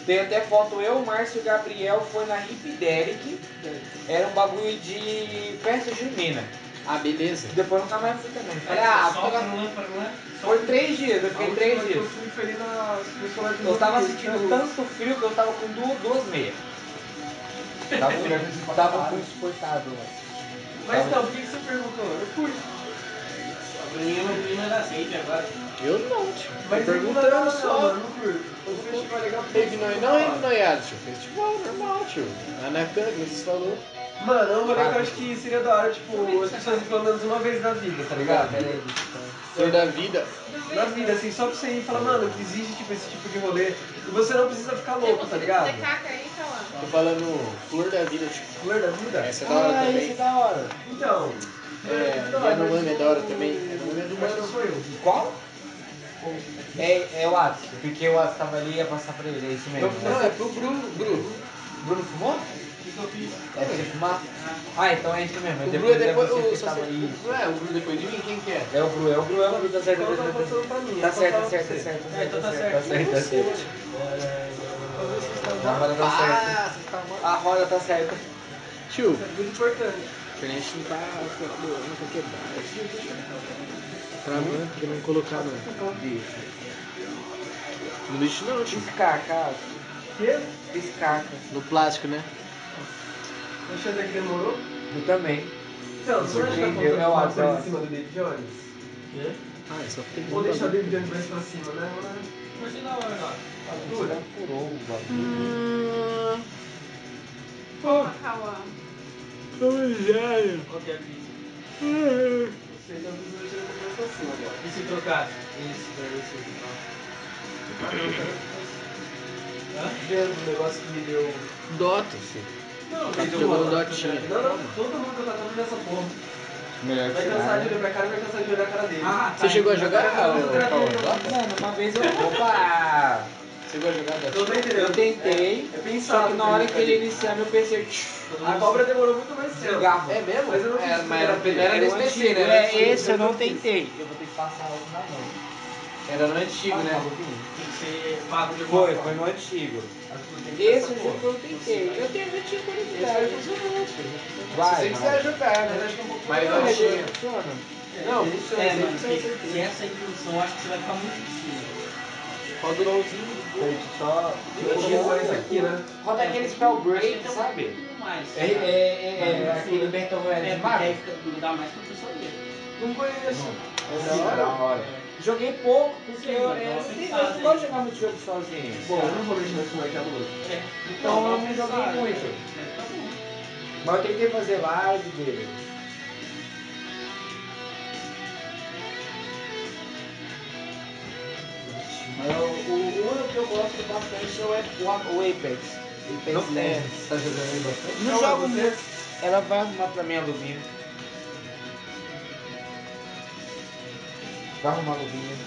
S2: tem até foto eu, Márcio e Gabriel, foi na Hip Derek. Era um bagulho de festa junina.
S3: Ah, beleza.
S2: Depois nunca mais fui também.
S1: É,
S2: Falei, ah,
S7: só pra
S2: foi,
S7: lá, pra lá.
S2: foi três dias, eu fiquei três
S1: Eu
S2: dias.
S1: fui foi na no solar de né?
S2: Eu tava
S1: Monte
S2: sentindo
S1: Verde,
S2: tanto frio que eu tava com duas, duas meias. Tava, tava um frio insuportável, mano.
S1: Mas então, por que que você perguntou? Eu fui.
S7: A Bruninha, a Bruninha da sede agora.
S3: Eu não, tio.
S1: Mas
S3: Tô
S1: não,
S3: perguntando
S2: né,
S1: não,
S3: só.
S1: mano, não curto. O festival é legal porque
S3: Teve
S1: tem
S3: noi...
S1: que
S3: Não é
S1: falar.
S3: noiado, tio. Festival normal, tio. Lá na cama, como vocês falou.
S1: Mano, é um rolê que eu acho que seria da hora, tipo, as pessoas ir pelo menos uma vez na vida, tá ligado?
S2: né?
S3: Flor da vida.
S1: na vida, assim, só pra você ir e falar, mano, que existe tipo, esse tipo de rolê. E você não precisa ficar louco, tá ligado?
S4: Você caca aí, Cauã.
S3: Tô falando flor da vida, tio.
S1: Flor da vida?
S3: Essa é da hora
S2: Ah,
S3: também.
S2: isso é da hora.
S1: Então.
S3: É, Yanomami é da hora também. Yanomami é do
S1: Mas não
S3: mano.
S1: sou eu.
S2: Qual?
S1: O
S2: É, é o Atos, porque o Atos tava ali e ia passar pra ele, é isso mesmo.
S3: Não, não,
S2: né?
S3: é pro Bruno. Bruno.
S2: Bruno fumou? É pra você fumar? Ah, então é isso mesmo.
S3: O Bruno é depois.
S2: você
S3: O,
S2: que tava aí.
S3: o, é, o Bruno depois de mim, quem que é?
S2: É o Bru, é o Bru, é o Bru, tá certo.
S1: Então tá passando pra mim.
S2: Tá
S1: eu só
S2: certo,
S1: falo
S2: tá certo,
S1: pra
S2: tá
S1: você.
S2: certo.
S7: É, então tá
S2: Tá
S7: certo.
S2: certo, tá certo.
S1: Talvez vocês estão
S2: Não vai dar certo. né?
S3: Ah, você tá mal.
S2: A roda tá certa.
S3: Tio,
S1: É muito importante.
S3: a gente não tá colaborando pra quebrar. Travando, porque não colocar não. No lixo não, tio.
S2: Piscaca,
S1: Quê?
S2: piscaca.
S3: No plástico, né?
S1: Deixa eu ver que demorou.
S2: Eu também.
S1: Então, você não acha que tá
S2: Eu- eu
S1: faltando alguma
S2: acho,
S1: coisa
S2: eu
S1: em cima do David Jones?
S3: Ah, é só porque
S1: Ou deixar o David Jones mais pra cima, né?
S7: Mas não, não, não.
S1: Dura.
S2: Curou o bagulho.
S3: Hum,
S4: Porra, Cauã.
S7: Qual que é a crise?
S1: Vocês estão precisando de mais pra cima agora.
S7: E se trocasse?
S1: né? Isso, né? pra isso.
S7: Hã?
S1: Vendo o Um negócio que me deu.
S3: Dota, filho.
S1: Não,
S3: Tá
S1: me deu
S3: jogando
S1: uma-
S3: dotinha.
S1: Não, não, todo mundo tá tratando nessa porra.
S2: Melhor
S1: Vai
S2: que
S1: cansar de
S2: nada.
S1: olhar pra cara, vai cansar de olhar a cara dele.
S7: Ah,
S3: Você chegou a jogar?
S1: eu-
S3: Paulo? Dota?
S2: Mano, uma vez eu. Opa!
S3: Você chegou a jogar Dota?
S1: Eu tô Então, tá entendendo.
S2: Eu tentei,
S1: É pensado.
S2: só que na hora que ele iniciar meu PC,
S1: A cobra demorou muito mais tempo.
S2: desligava.
S3: É mesmo?
S1: Mas eu não
S3: é,
S1: fiz
S3: mas era,
S1: terapia.
S3: era
S2: Era
S3: nesse
S2: o
S3: PC, né?
S2: antigo, é,
S3: Era no antigo.
S2: esse eu não tentei. Eu vou ter que passar outro na mão.
S3: Era no antigo, né?
S7: Tem que ser pago de
S2: Foi,
S7: volta.
S2: foi no antigo.
S7: Acho que tem que
S2: Esse
S7: ser essa
S2: jogo
S7: porra.
S2: eu não tentei. Eu tenho, eu tinha curiosidade.
S3: Esse eu não joguei.
S2: Vai,
S3: Se você
S2: vai.
S3: quiser jogar,
S1: Mas
S3: né?
S1: acho que é um pouco
S3: Mas
S1: mais-
S3: eu
S2: Mas
S3: achei.
S2: funciona.
S3: Não,
S7: É, mano, se, se essa introdução, acho que você vai ficar muito difícil.
S3: roda o LOLzinho.
S2: Gente, só.
S1: Eu tinha mais aqui, né?
S2: Roda aquele spell break,
S7: Um
S2: sabe?
S7: pouco mais.
S2: É, é, é, é
S7: Mas,
S2: aquele Battle Royale
S7: É,
S2: de
S7: porque aí
S2: Mario.
S7: fica, não dá mais pra pessoa ver.
S1: Não conheço.
S2: É da hora. Joguei pouco, porque eu, eu, eu né? não gosto de jogar muito jogo sozinho.
S1: Bom, eu não vou mexer mais com o Mike Alonso.
S7: É.
S2: Então eu não
S7: pensar,
S2: joguei
S7: é.
S2: muito.
S7: É, tá bom.
S2: Mas eu tentei fazer live dele. Mas o- o único que eu gosto bastante é o, Ap- o, Ap- o Apex. Apex
S3: Não tem.
S2: Legends.
S3: Você tá jogando aí
S1: É,
S3: bastante?
S2: Não jogo muito. Ela vai arrumar pra mim a luvinha. Vai arrumar a luvinha.
S1: tá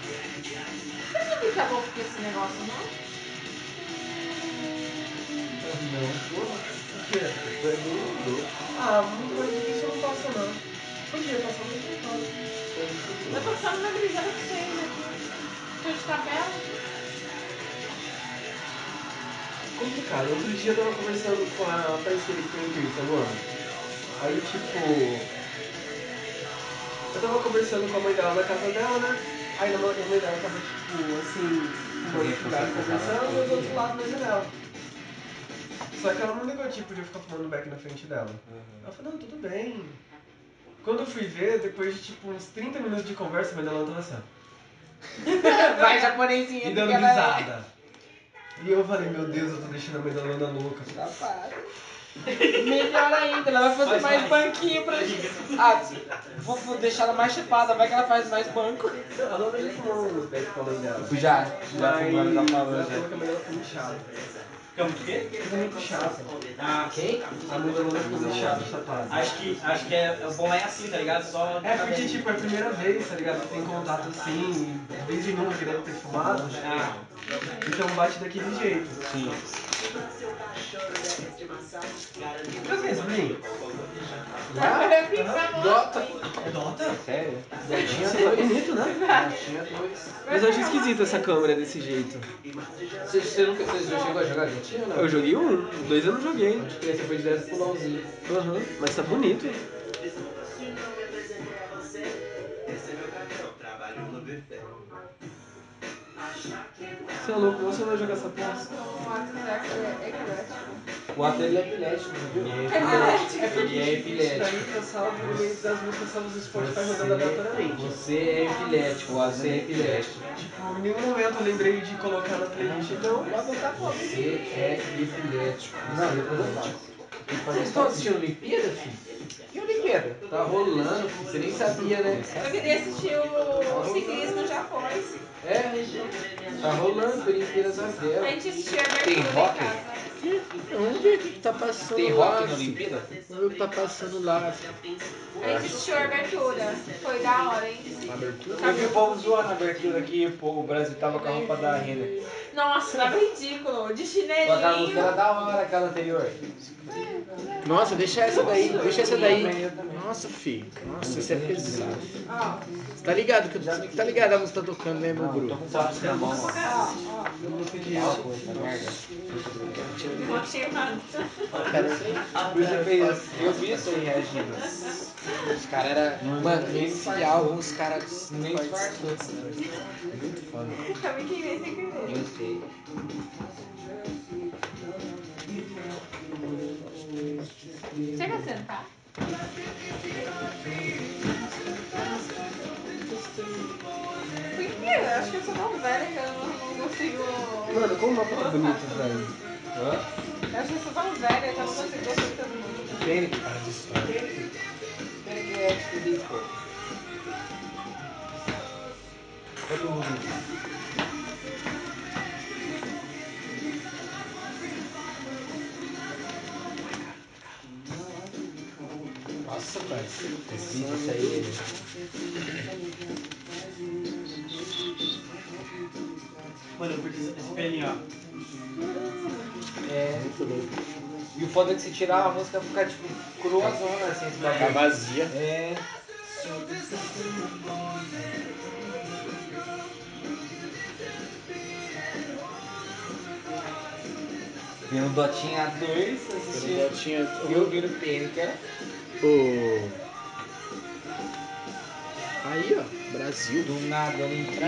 S4: Você não fica louco com esse negócio, não?
S1: Ah, muito mais difícil eu não passa não. Podia passar muito tempo.
S4: Eu tô ficando mais brisada que você ainda. Tô de tabela.
S1: é Complicado. Outro dia eu tava conversando com a Thaís que ele foi Twitter agora. é Aí tipo. Eu tava conversando com a mãe dela na casa dela, né? Aí na mão- a mãe dela tava tipo assim, com um lugar conversando e do outro lado na janela. Só que ela não ligou, tipo, de eu ficar fumando back na frente dela.
S2: Uhum.
S1: Ela falou, não, tudo bem. Quando eu fui ver, depois de tipo uns 30 minutos de conversa, a mãe dela tava assim, ó.
S2: Vai, japonesinha,
S1: e dando
S2: porque ela é
S1: risada. E eu falei, meu Deus, eu tô deixando a mãe da Lana louca.
S2: safada. Melhor ainda, é ela vai fazer mais banquinho pra gente. Ah, vou, vou deixar ela mais chupada, vai que ela faz mais banco.
S1: A Lana já fumou uns back com a mãe dela.
S2: Já,
S1: Mas
S2: fumando,
S1: ela
S2: já
S1: falou
S2: falando,
S1: que a mãe dela ficou muito chata.
S7: Fica muito o quê?
S1: Ficou muito chata.
S7: Ah,
S2: Quem?
S1: A mãe da Lana ficou muito chata, chatada.
S7: acho que, acho que é, é bom é assim, tá ligado? Só
S1: É porque, tipo, é a primeira vez, tá ligado? Que tem contato assim, desde nunca que deve ter fumado.
S7: Ah,
S1: Então bate daquele jeito.
S2: Sim.
S1: Quantas vezes, Bruninho?
S4: Agora eu fico na mão.
S3: Dota.
S1: É Dota?
S2: Sério?
S3: Tinha
S1: Você tá
S3: dois.
S1: bonito, né?
S3: Tinha dois.
S1: Mas eu acho esquisito essa câmera desse jeito.
S3: Você, você, nunca, você já chegou a jogar Jotinha ou não?
S1: Eu joguei um, dois eu não joguei.
S3: Acho que Você foi direto pro LOLzinho.
S1: Aham, mas tá bonito. Você é louco, você vai jogar essa porra?
S4: O ato certo é eclético.
S2: O ato dele é epilético, viu?
S3: né?
S4: Eclético.
S2: E é epilético.
S1: Daí tá salvo no meio das músicas salvas do
S2: tá
S1: Spotify rodando aleatoriamente.
S2: Você é epilético, o ato é epilético.
S1: Tipo, em nenhum momento eu lembrei de colocar na playlist, então.
S2: Tá Você é epilético. Não, depois eu faço. Vocês estão assistindo Olimpíada, filho? Que Olimpíada?
S3: Tá rolando, filho. você nem sabia, né?
S16: Eu queria assistir o ciclismo já foi.
S3: É,
S17: Tá rolando, por inspiração dela.
S4: Antes de assistir a abertura
S3: Tem
S4: lá em
S3: rock?
S4: casa.
S18: Vamos ver o que que tá passando
S3: Tem
S18: lá.
S3: rock na Olimpíada?
S18: Vamos ver o que tá passando lá.
S4: Antes de assistir a abertura. Foi da hora, hein?
S3: Abertura?
S2: Eu vi o povo zoando a abertura aqui, pô, o Brasil tava com a roupa da Renner.
S4: Nossa, tava ridículo. De
S2: Só que a música era
S4: chinelinho.
S2: da hora, aquela anterior.
S18: Nossa, deixa essa daí, deixa essa daí.
S2: Eu também.
S18: Nossa, filho. Nossa, isso é pesado.
S4: Ó,
S18: Tá ligado que tá ligado a música tá tocando, né, meu guru?
S2: Sabe na mão, ó.
S4: ó, ó.
S2: Ó, coisa, merda.
S4: Não achei nada.
S2: Por isso que fez- Eu vi isso aí, Regina.
S18: Os caras era. Mano, esse álbum os caras
S2: Nem disfarçou.
S4: Também quem vem sem querer.
S2: Eu sei.
S4: Você quer sentar? Por que? Eu acho que eu sou tão velha que eu não, não consigo.
S1: Mano, como uma foto bonita,
S2: né?
S1: velho.
S4: Eu acho que eu sou tão velha que eu não consigo gostar de todo mundo.
S2: Tem que parar de história.
S3: Nossa, cara. Esse vídeo isso aí.
S2: Mano, eu curti esse pelinho, ó.
S3: É.
S2: E o foda é que se tirar a música fica tipo cruazona assim, esse
S18: Tá
S2: bagulho.
S18: vazia.
S2: É.
S3: um
S2: Vendo Dotinha 2,
S18: Eu
S2: assistindo.
S18: tinha.
S2: Eu viro Pênica.
S18: O. Aí, ó. Brasil.
S2: Do nada, Olimpíada.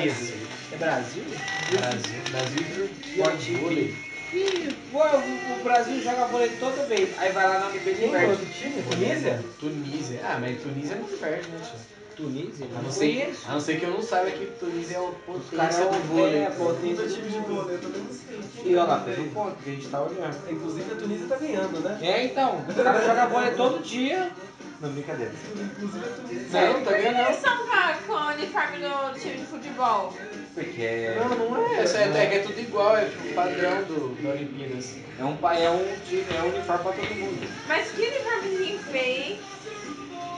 S2: É Brasil?
S3: Brasil. Brasil e Turquia.
S2: Pode ir.
S3: vôlei.
S2: Ih, pô, o, o Brasil joga vôlei toda vez. Aí vai lá na Olimpíada e
S1: Tem
S2: perde.
S1: outro é time? Tunísia?
S3: Tunísia. Ah, mas Tunísia não perde, né, tio?
S2: Tunísia?
S3: A não,
S2: Não
S3: ser,
S2: conheço.
S3: a não ser que eu não saiba que Tunísia é o
S2: Cara,
S3: potência
S2: é
S3: do
S2: o
S3: vôlei.
S2: vôlei. É, pô, tem
S1: Tunísia é time de vôlei, eu também não sei.
S2: E olha lá, fez um ponto que a gente tá olhando.
S1: Inclusive a Tunísia tá ganhando, né?
S2: É, então, o cara joga vôlei todo dia.
S1: Não, brincadeira. Inclusive a Tunísia.
S3: Não, tá
S4: Por que
S3: vendo?
S4: eles são com- com o uniforme do time de futebol?
S2: Porque é,
S3: Não, não é. Essa é, é que é tudo igual, é tipo o padrão do, do Olimpíadas.
S2: é um pai, é um, time- é um uniforme pra todo mundo.
S4: Mas que uniformezinho feio, hein?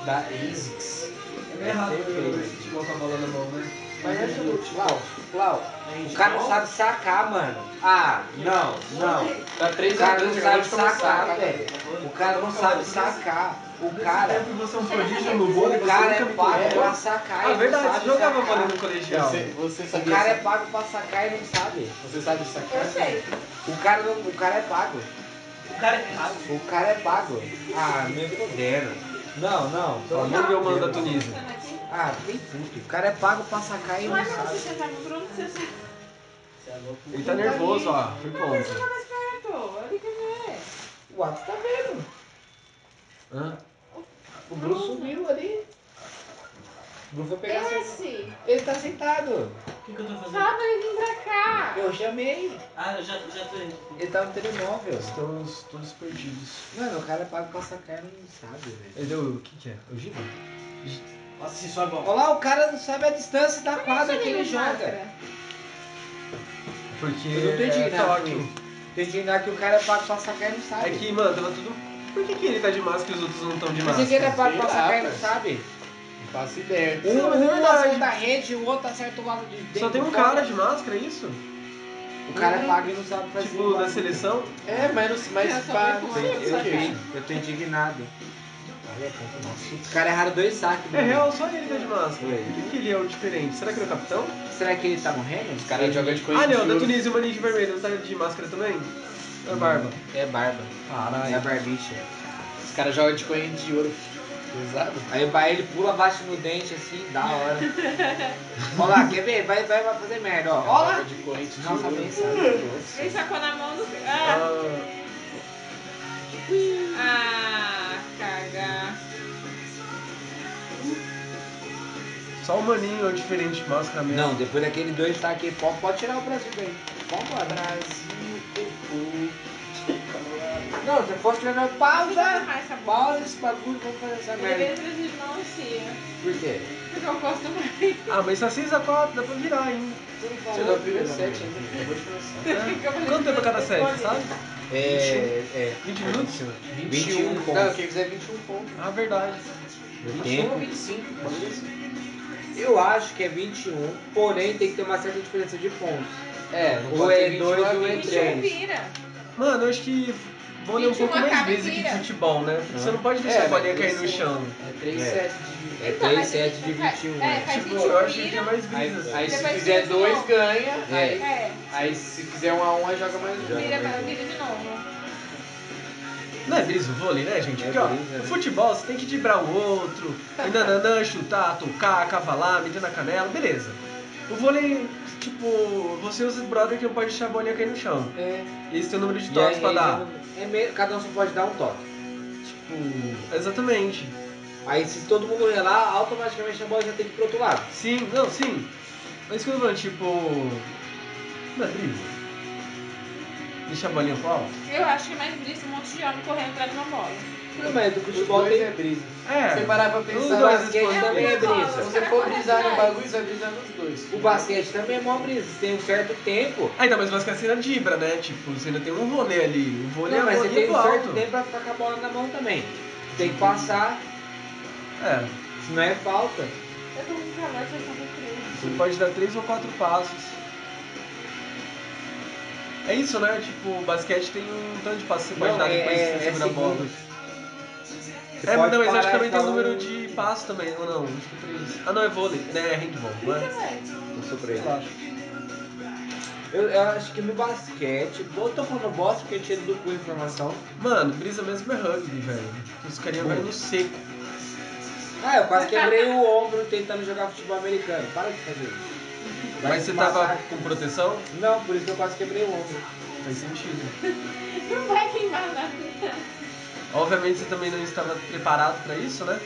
S3: Da ASICS.
S1: É meio errado ver esse futebol com a bola na mão, né?
S2: Mas não é chute, Lau, Lau. O cara não sabe sacar, mano. Ah, não, não.
S3: Tá
S2: O
S3: 3 a
S2: cara
S3: 2
S2: não
S3: acabou
S2: sabe
S3: de começar.
S2: sacar,
S1: né?
S2: velho. né? O cara não sabe sacar. O cara,
S1: Sempre você é um prodígio no vôlei,
S2: o
S1: você
S2: cara
S1: nunca
S2: é
S1: me
S2: pago
S1: pegou.
S2: pra sacar.
S1: Ah,
S2: e não
S1: verdade,
S2: sabe
S1: você jogava
S2: sacar.
S1: vôlei no colegial.
S3: Você, você
S2: O
S3: sabia
S2: cara é pago pra sacar e não sabe.
S3: Você sabe sacar?
S4: Eu sei.
S2: O cara, não, o cara é pago.
S1: O cara é
S7: ah,
S1: errado.
S2: O cara é pago. Ah, me fodendo. Não, não. pelo amor
S1: Vamos
S2: de
S1: ver o mano
S2: Deus.
S1: da Tunísia.
S4: Tá aqui?
S2: Ah, tem puto. O cara é pago pra sacar e
S4: Não
S2: não
S4: é pra você
S2: sabe.
S4: sentar no Bruno, você senta
S1: Ele tá nervoso, ó. Free ponto.
S4: mais perto. Olha que ver.
S2: O Atos tá vendo.
S1: Hã?
S2: O Bruno sumiu ali. O Bruno foi pegar seu...
S4: Esse.
S2: Ele tá sentado. O que, eu tô
S4: Fala pra ele vir pra cá.
S2: Eu chamei.
S3: Ah, eu já, já tô indo.
S2: Ele tá no telemóvel.
S1: Estamos todos perdidos.
S2: Mano, o cara é pago pra sacar e não sabe, velho.
S1: Ele deu o que que é? O Giba?
S3: Nossa, se sobe, ó.
S2: Olha lá, o cara não sabe a distância da quadra que ele
S4: Ele
S2: joga.
S1: Porque
S2: Eu não tô
S1: é
S2: indignado com
S1: toque.
S2: isso. Tem que entender que o cara é pago pra sacar e não sabe.
S1: É que, mano, tava tudo... Por que que ele tá de máscara e os outros não estão de
S2: Você que ele é
S1: máscara?
S2: pago pra
S3: Sei lá,
S2: sacar e não
S3: mas-
S2: sabe.
S3: Não faço ideia.
S2: Um,
S1: Não, mas é
S2: um
S1: verdade.
S2: acerta a rede, o outro acerta o lado de dentro.
S1: Só tem um
S2: do gol.
S1: cara de máscara, é isso?
S2: O cara
S1: Uhum.
S2: é pago e não tá sabe fazer.
S1: Tipo, da
S2: nada.
S1: seleção?
S3: É, mas não se
S19: Eu
S3: mais
S19: sou
S3: pá.
S19: muito
S3: não
S19: ruim,
S3: sei o quê.
S2: Eu tô indignado. é Os caras erraram dois né? saques.
S1: É
S2: mano.
S1: real, só ele tá de máscara. Por que que ele é o diferente? Será que ele é o capitão?
S2: Será que ele tá morrendo?
S3: Os caras jogam de coisa
S1: Ah,
S3: de
S1: não, da
S3: ouro.
S1: Tunísia o maninho de vermelho, não tá de máscara também? Na barba.
S2: É barba. É a barbicha.
S3: Os caras jogam de coisa de ouro. Pesado.
S2: Aí vai, ele pula, bate no dente assim, da hora. Olha lá, quer ver? Vai, vai, vai fazer merda, ó. Olha lá.
S3: Joga de corrente de
S2: Nossa, tá
S3: ouro.
S2: bem sabe.
S4: sacou na mão do. Ah,
S1: Ah,
S4: ah caga.
S1: só o maninho é o diferente de máscara mesmo.
S2: Não, depois daquele dois saques aí, pode, pode tirar o Brasil daí. Vambora. Não, se for tirar,
S4: Não
S2: pausa.
S4: mais essa bola.
S2: Pausa esse bagulho, vamos fazer essa
S4: Ele
S2: merda.
S4: veio trazer de melancia.
S2: Por quê?
S4: porque eu gosto muito.
S1: Ah, mas se acesa 4, dá pra virar ainda.
S3: Você dá o primeiro set ainda, acabou de começar.
S1: Quanto tempo é cada set, sabe?
S2: É, é.
S1: 20 minutos?
S2: 21
S3: Não,
S2: pontos.
S3: quem fizer 21 pontos.
S1: Ah, verdade.
S2: No
S3: Ou
S2: tempo.
S3: 25, pode ser.
S2: Eu acho que é 21, porém tem que ter uma certa diferença de pontos.
S3: É, não
S2: Ou
S3: pode
S2: é
S3: ter
S2: 2
S3: 21,
S2: ou é
S4: 21
S2: 3.
S4: vira.
S1: Mano, eu acho que vou ler um
S4: 21
S1: pouco mais
S4: acaba e
S1: vezes aqui de
S4: vira.
S1: futebol, né? Porque Você não pode deixar
S3: É,
S1: a bolinha cair no
S3: mas-
S1: chão.
S3: É 3
S2: É.
S3: sets de
S2: É
S4: Então,
S2: 3,
S4: mas a
S2: 7
S4: gente
S2: de
S4: faz-
S2: 21.
S4: É,
S2: né?
S4: faz
S1: Tipo, eu acho que tinha
S4: 21 vira.
S1: mais
S2: Aí-
S1: vezes.
S2: aí
S3: Se
S4: Depois
S3: fizer
S4: fica de
S3: dois,
S4: novo.
S3: ganha.
S2: É.
S3: Aí,
S4: É,
S3: aí se fizer um a um, aí joga mais um.
S4: vira, vira de novo.
S1: Não é brisa o vôlei, né, gente?
S2: É
S1: Porque, ó,
S2: brisa,
S1: no
S2: né?
S1: futebol você tem que driblar o outro, e nananã, chutar, tocar, cavalar, meter na canela, beleza. O vôlei, tipo, você usa o brother que não pode deixar a bolinha cair no chão.
S2: É.
S1: E esse tem o número de
S2: E
S1: toques
S2: aí,
S1: pra dar.
S2: é meio- cada um só pode dar um toque.
S1: Tipo, exatamente.
S2: Aí se todo mundo correr lá, automaticamente a bola já tem que ir pro outro lado.
S1: Sim, não, sim. Mas quando eu falo, tipo. Não é brisa. Deixa a bolinha pro alto.
S4: Eu acho que é mais brisa um monte de homem correndo atrás de uma bola.
S2: Não, mas do futebol tem
S3: brisa.
S1: É.
S3: Você parar pra
S1: Os
S3: pensar,
S1: dois
S2: basquete
S1: respondem.
S2: também é
S3: se
S2: brisa.
S3: você for brisar no bagulho, você vai brisar nos dois.
S2: O basquete também é mó brisa. Tem um certo tempo.
S1: Ah, então, mas o basquete ainda dibra, né? Tipo, você ainda tem um rolê ali. O vôlei
S2: Não,
S1: é
S2: mas
S1: um
S2: você
S1: rolê
S2: tem
S1: pro
S2: um
S1: alto.
S2: certo tempo pra ficar com a bola na mão também. Tem que passar,
S1: É.
S2: se não é falta.
S4: Eu tô com calor, vocês estão com frio.
S1: Você pode dar três ou quatro passos. É isso, né? Tipo, o basquete tem um tanto de passos que você pode
S2: Não,
S1: dar
S2: é-
S1: depois que
S2: é-
S1: você
S2: é
S1: segura a bola.
S2: Você
S1: É, mas
S2: pode
S1: não, mas acho
S2: parar
S1: que também
S2: e
S1: tem o
S2: falar, um-
S1: número de passos também, ou não? Acho que três. Ah, não, é vôlei, né? É handball, não é?
S2: "Não sou
S1: Sei
S2: preso".
S1: lá.
S2: Eu, eu acho que no basquete, eu tô falando bosta porque eu tiro do cu a informação.
S1: Mano, brisa mesmo é rugby, velho. Os carinha vai no seco.
S2: Ah, eu quase quebrei o ombro tentando jogar futebol americano. Para de fazer isso. Vai
S1: Mas você
S2: se
S1: tava
S2: massacre.
S1: com proteção?
S2: Não, por isso que eu quase quebrei o ombro.
S1: Faz sentido.
S4: Não vai queimar nada.
S1: Obviamente você também não estava preparado pra isso, né?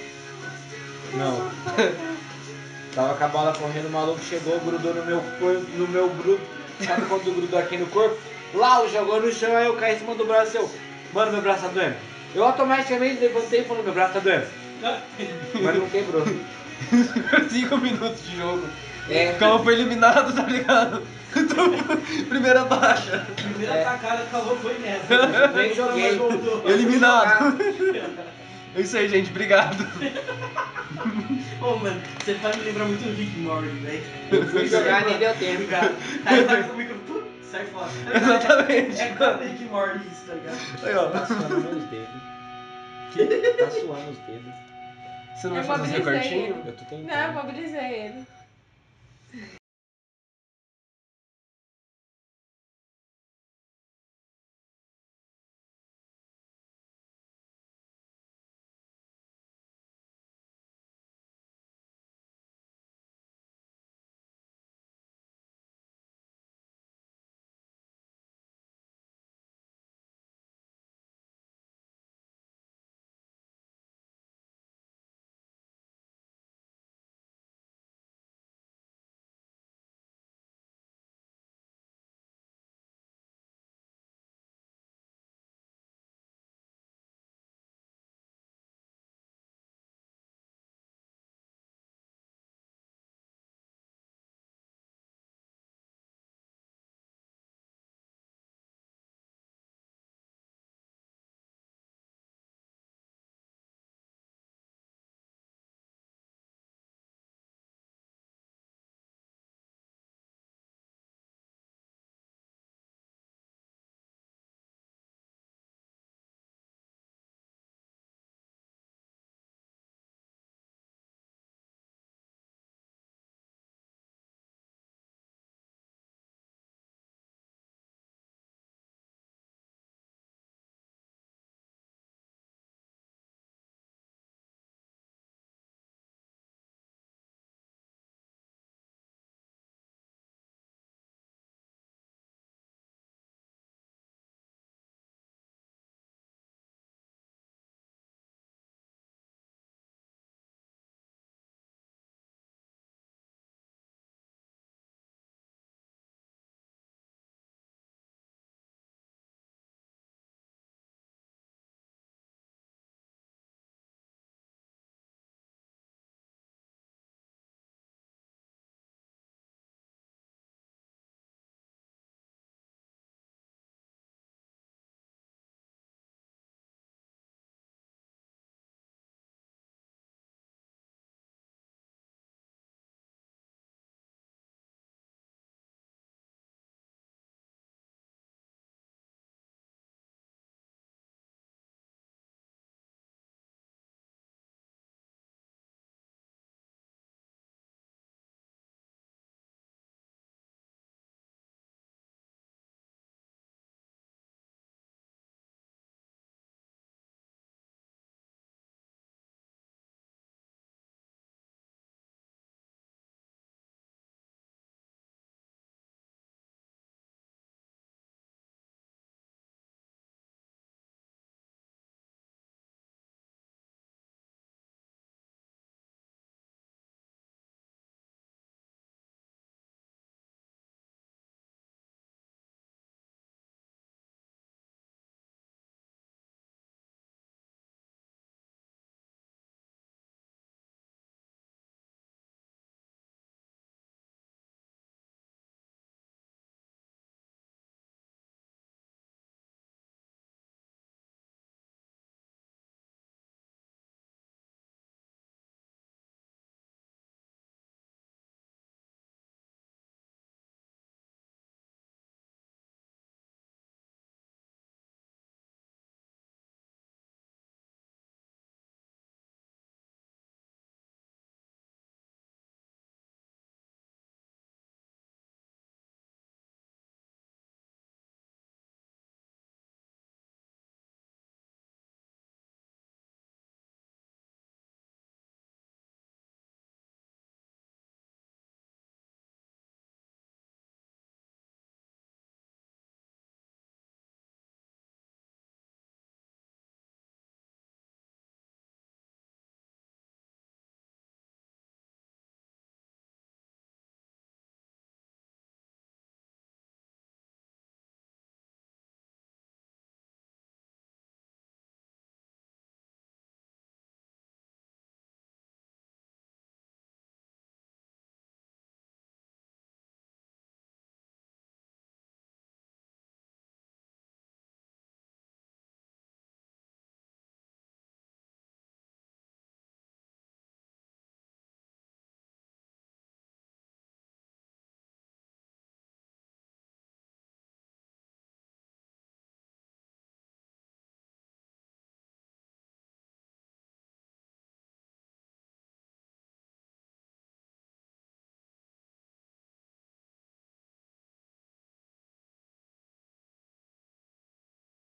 S2: Não. Tava com a bola correndo, o maluco chegou, grudou no meu corpo, no meu grupo. Sabe quando grudou aqui no corpo? Lá, jogou no chão, aí eu caí em cima do braço eu. Mano, meu braço tá doendo. Eu automaticamente levantei e falei, meu braço tá doendo. Mas não quebrou.
S1: Cinco minutos de jogo.
S2: É,
S1: Campo eliminado, tá ligado? Então, Primeira baixa.
S7: Primeira
S2: É.
S7: tacada que acabou foi nessa.
S2: nem joguei.
S1: Eliminado. É isso aí, gente. Obrigado.
S7: Ô, Oh, mano, você faz me lembrar muito do Rick Morty, velho.
S2: Eu fui jogar nem deu tempo.
S7: Obrigado. Aí tá com o micro, pum, sai fora.
S1: Exatamente.
S7: É quase Rick Morty isso, tá ligado?
S1: Aí, ó.
S2: Tá suando meus dedos. Que? Tá suando os dedos.
S1: Você não vai
S4: Eu
S1: fazer o seu
S4: mobilizei
S1: cortinho?
S4: ele.
S2: Eu tô tentando.
S4: Não, eu mobilizei ele.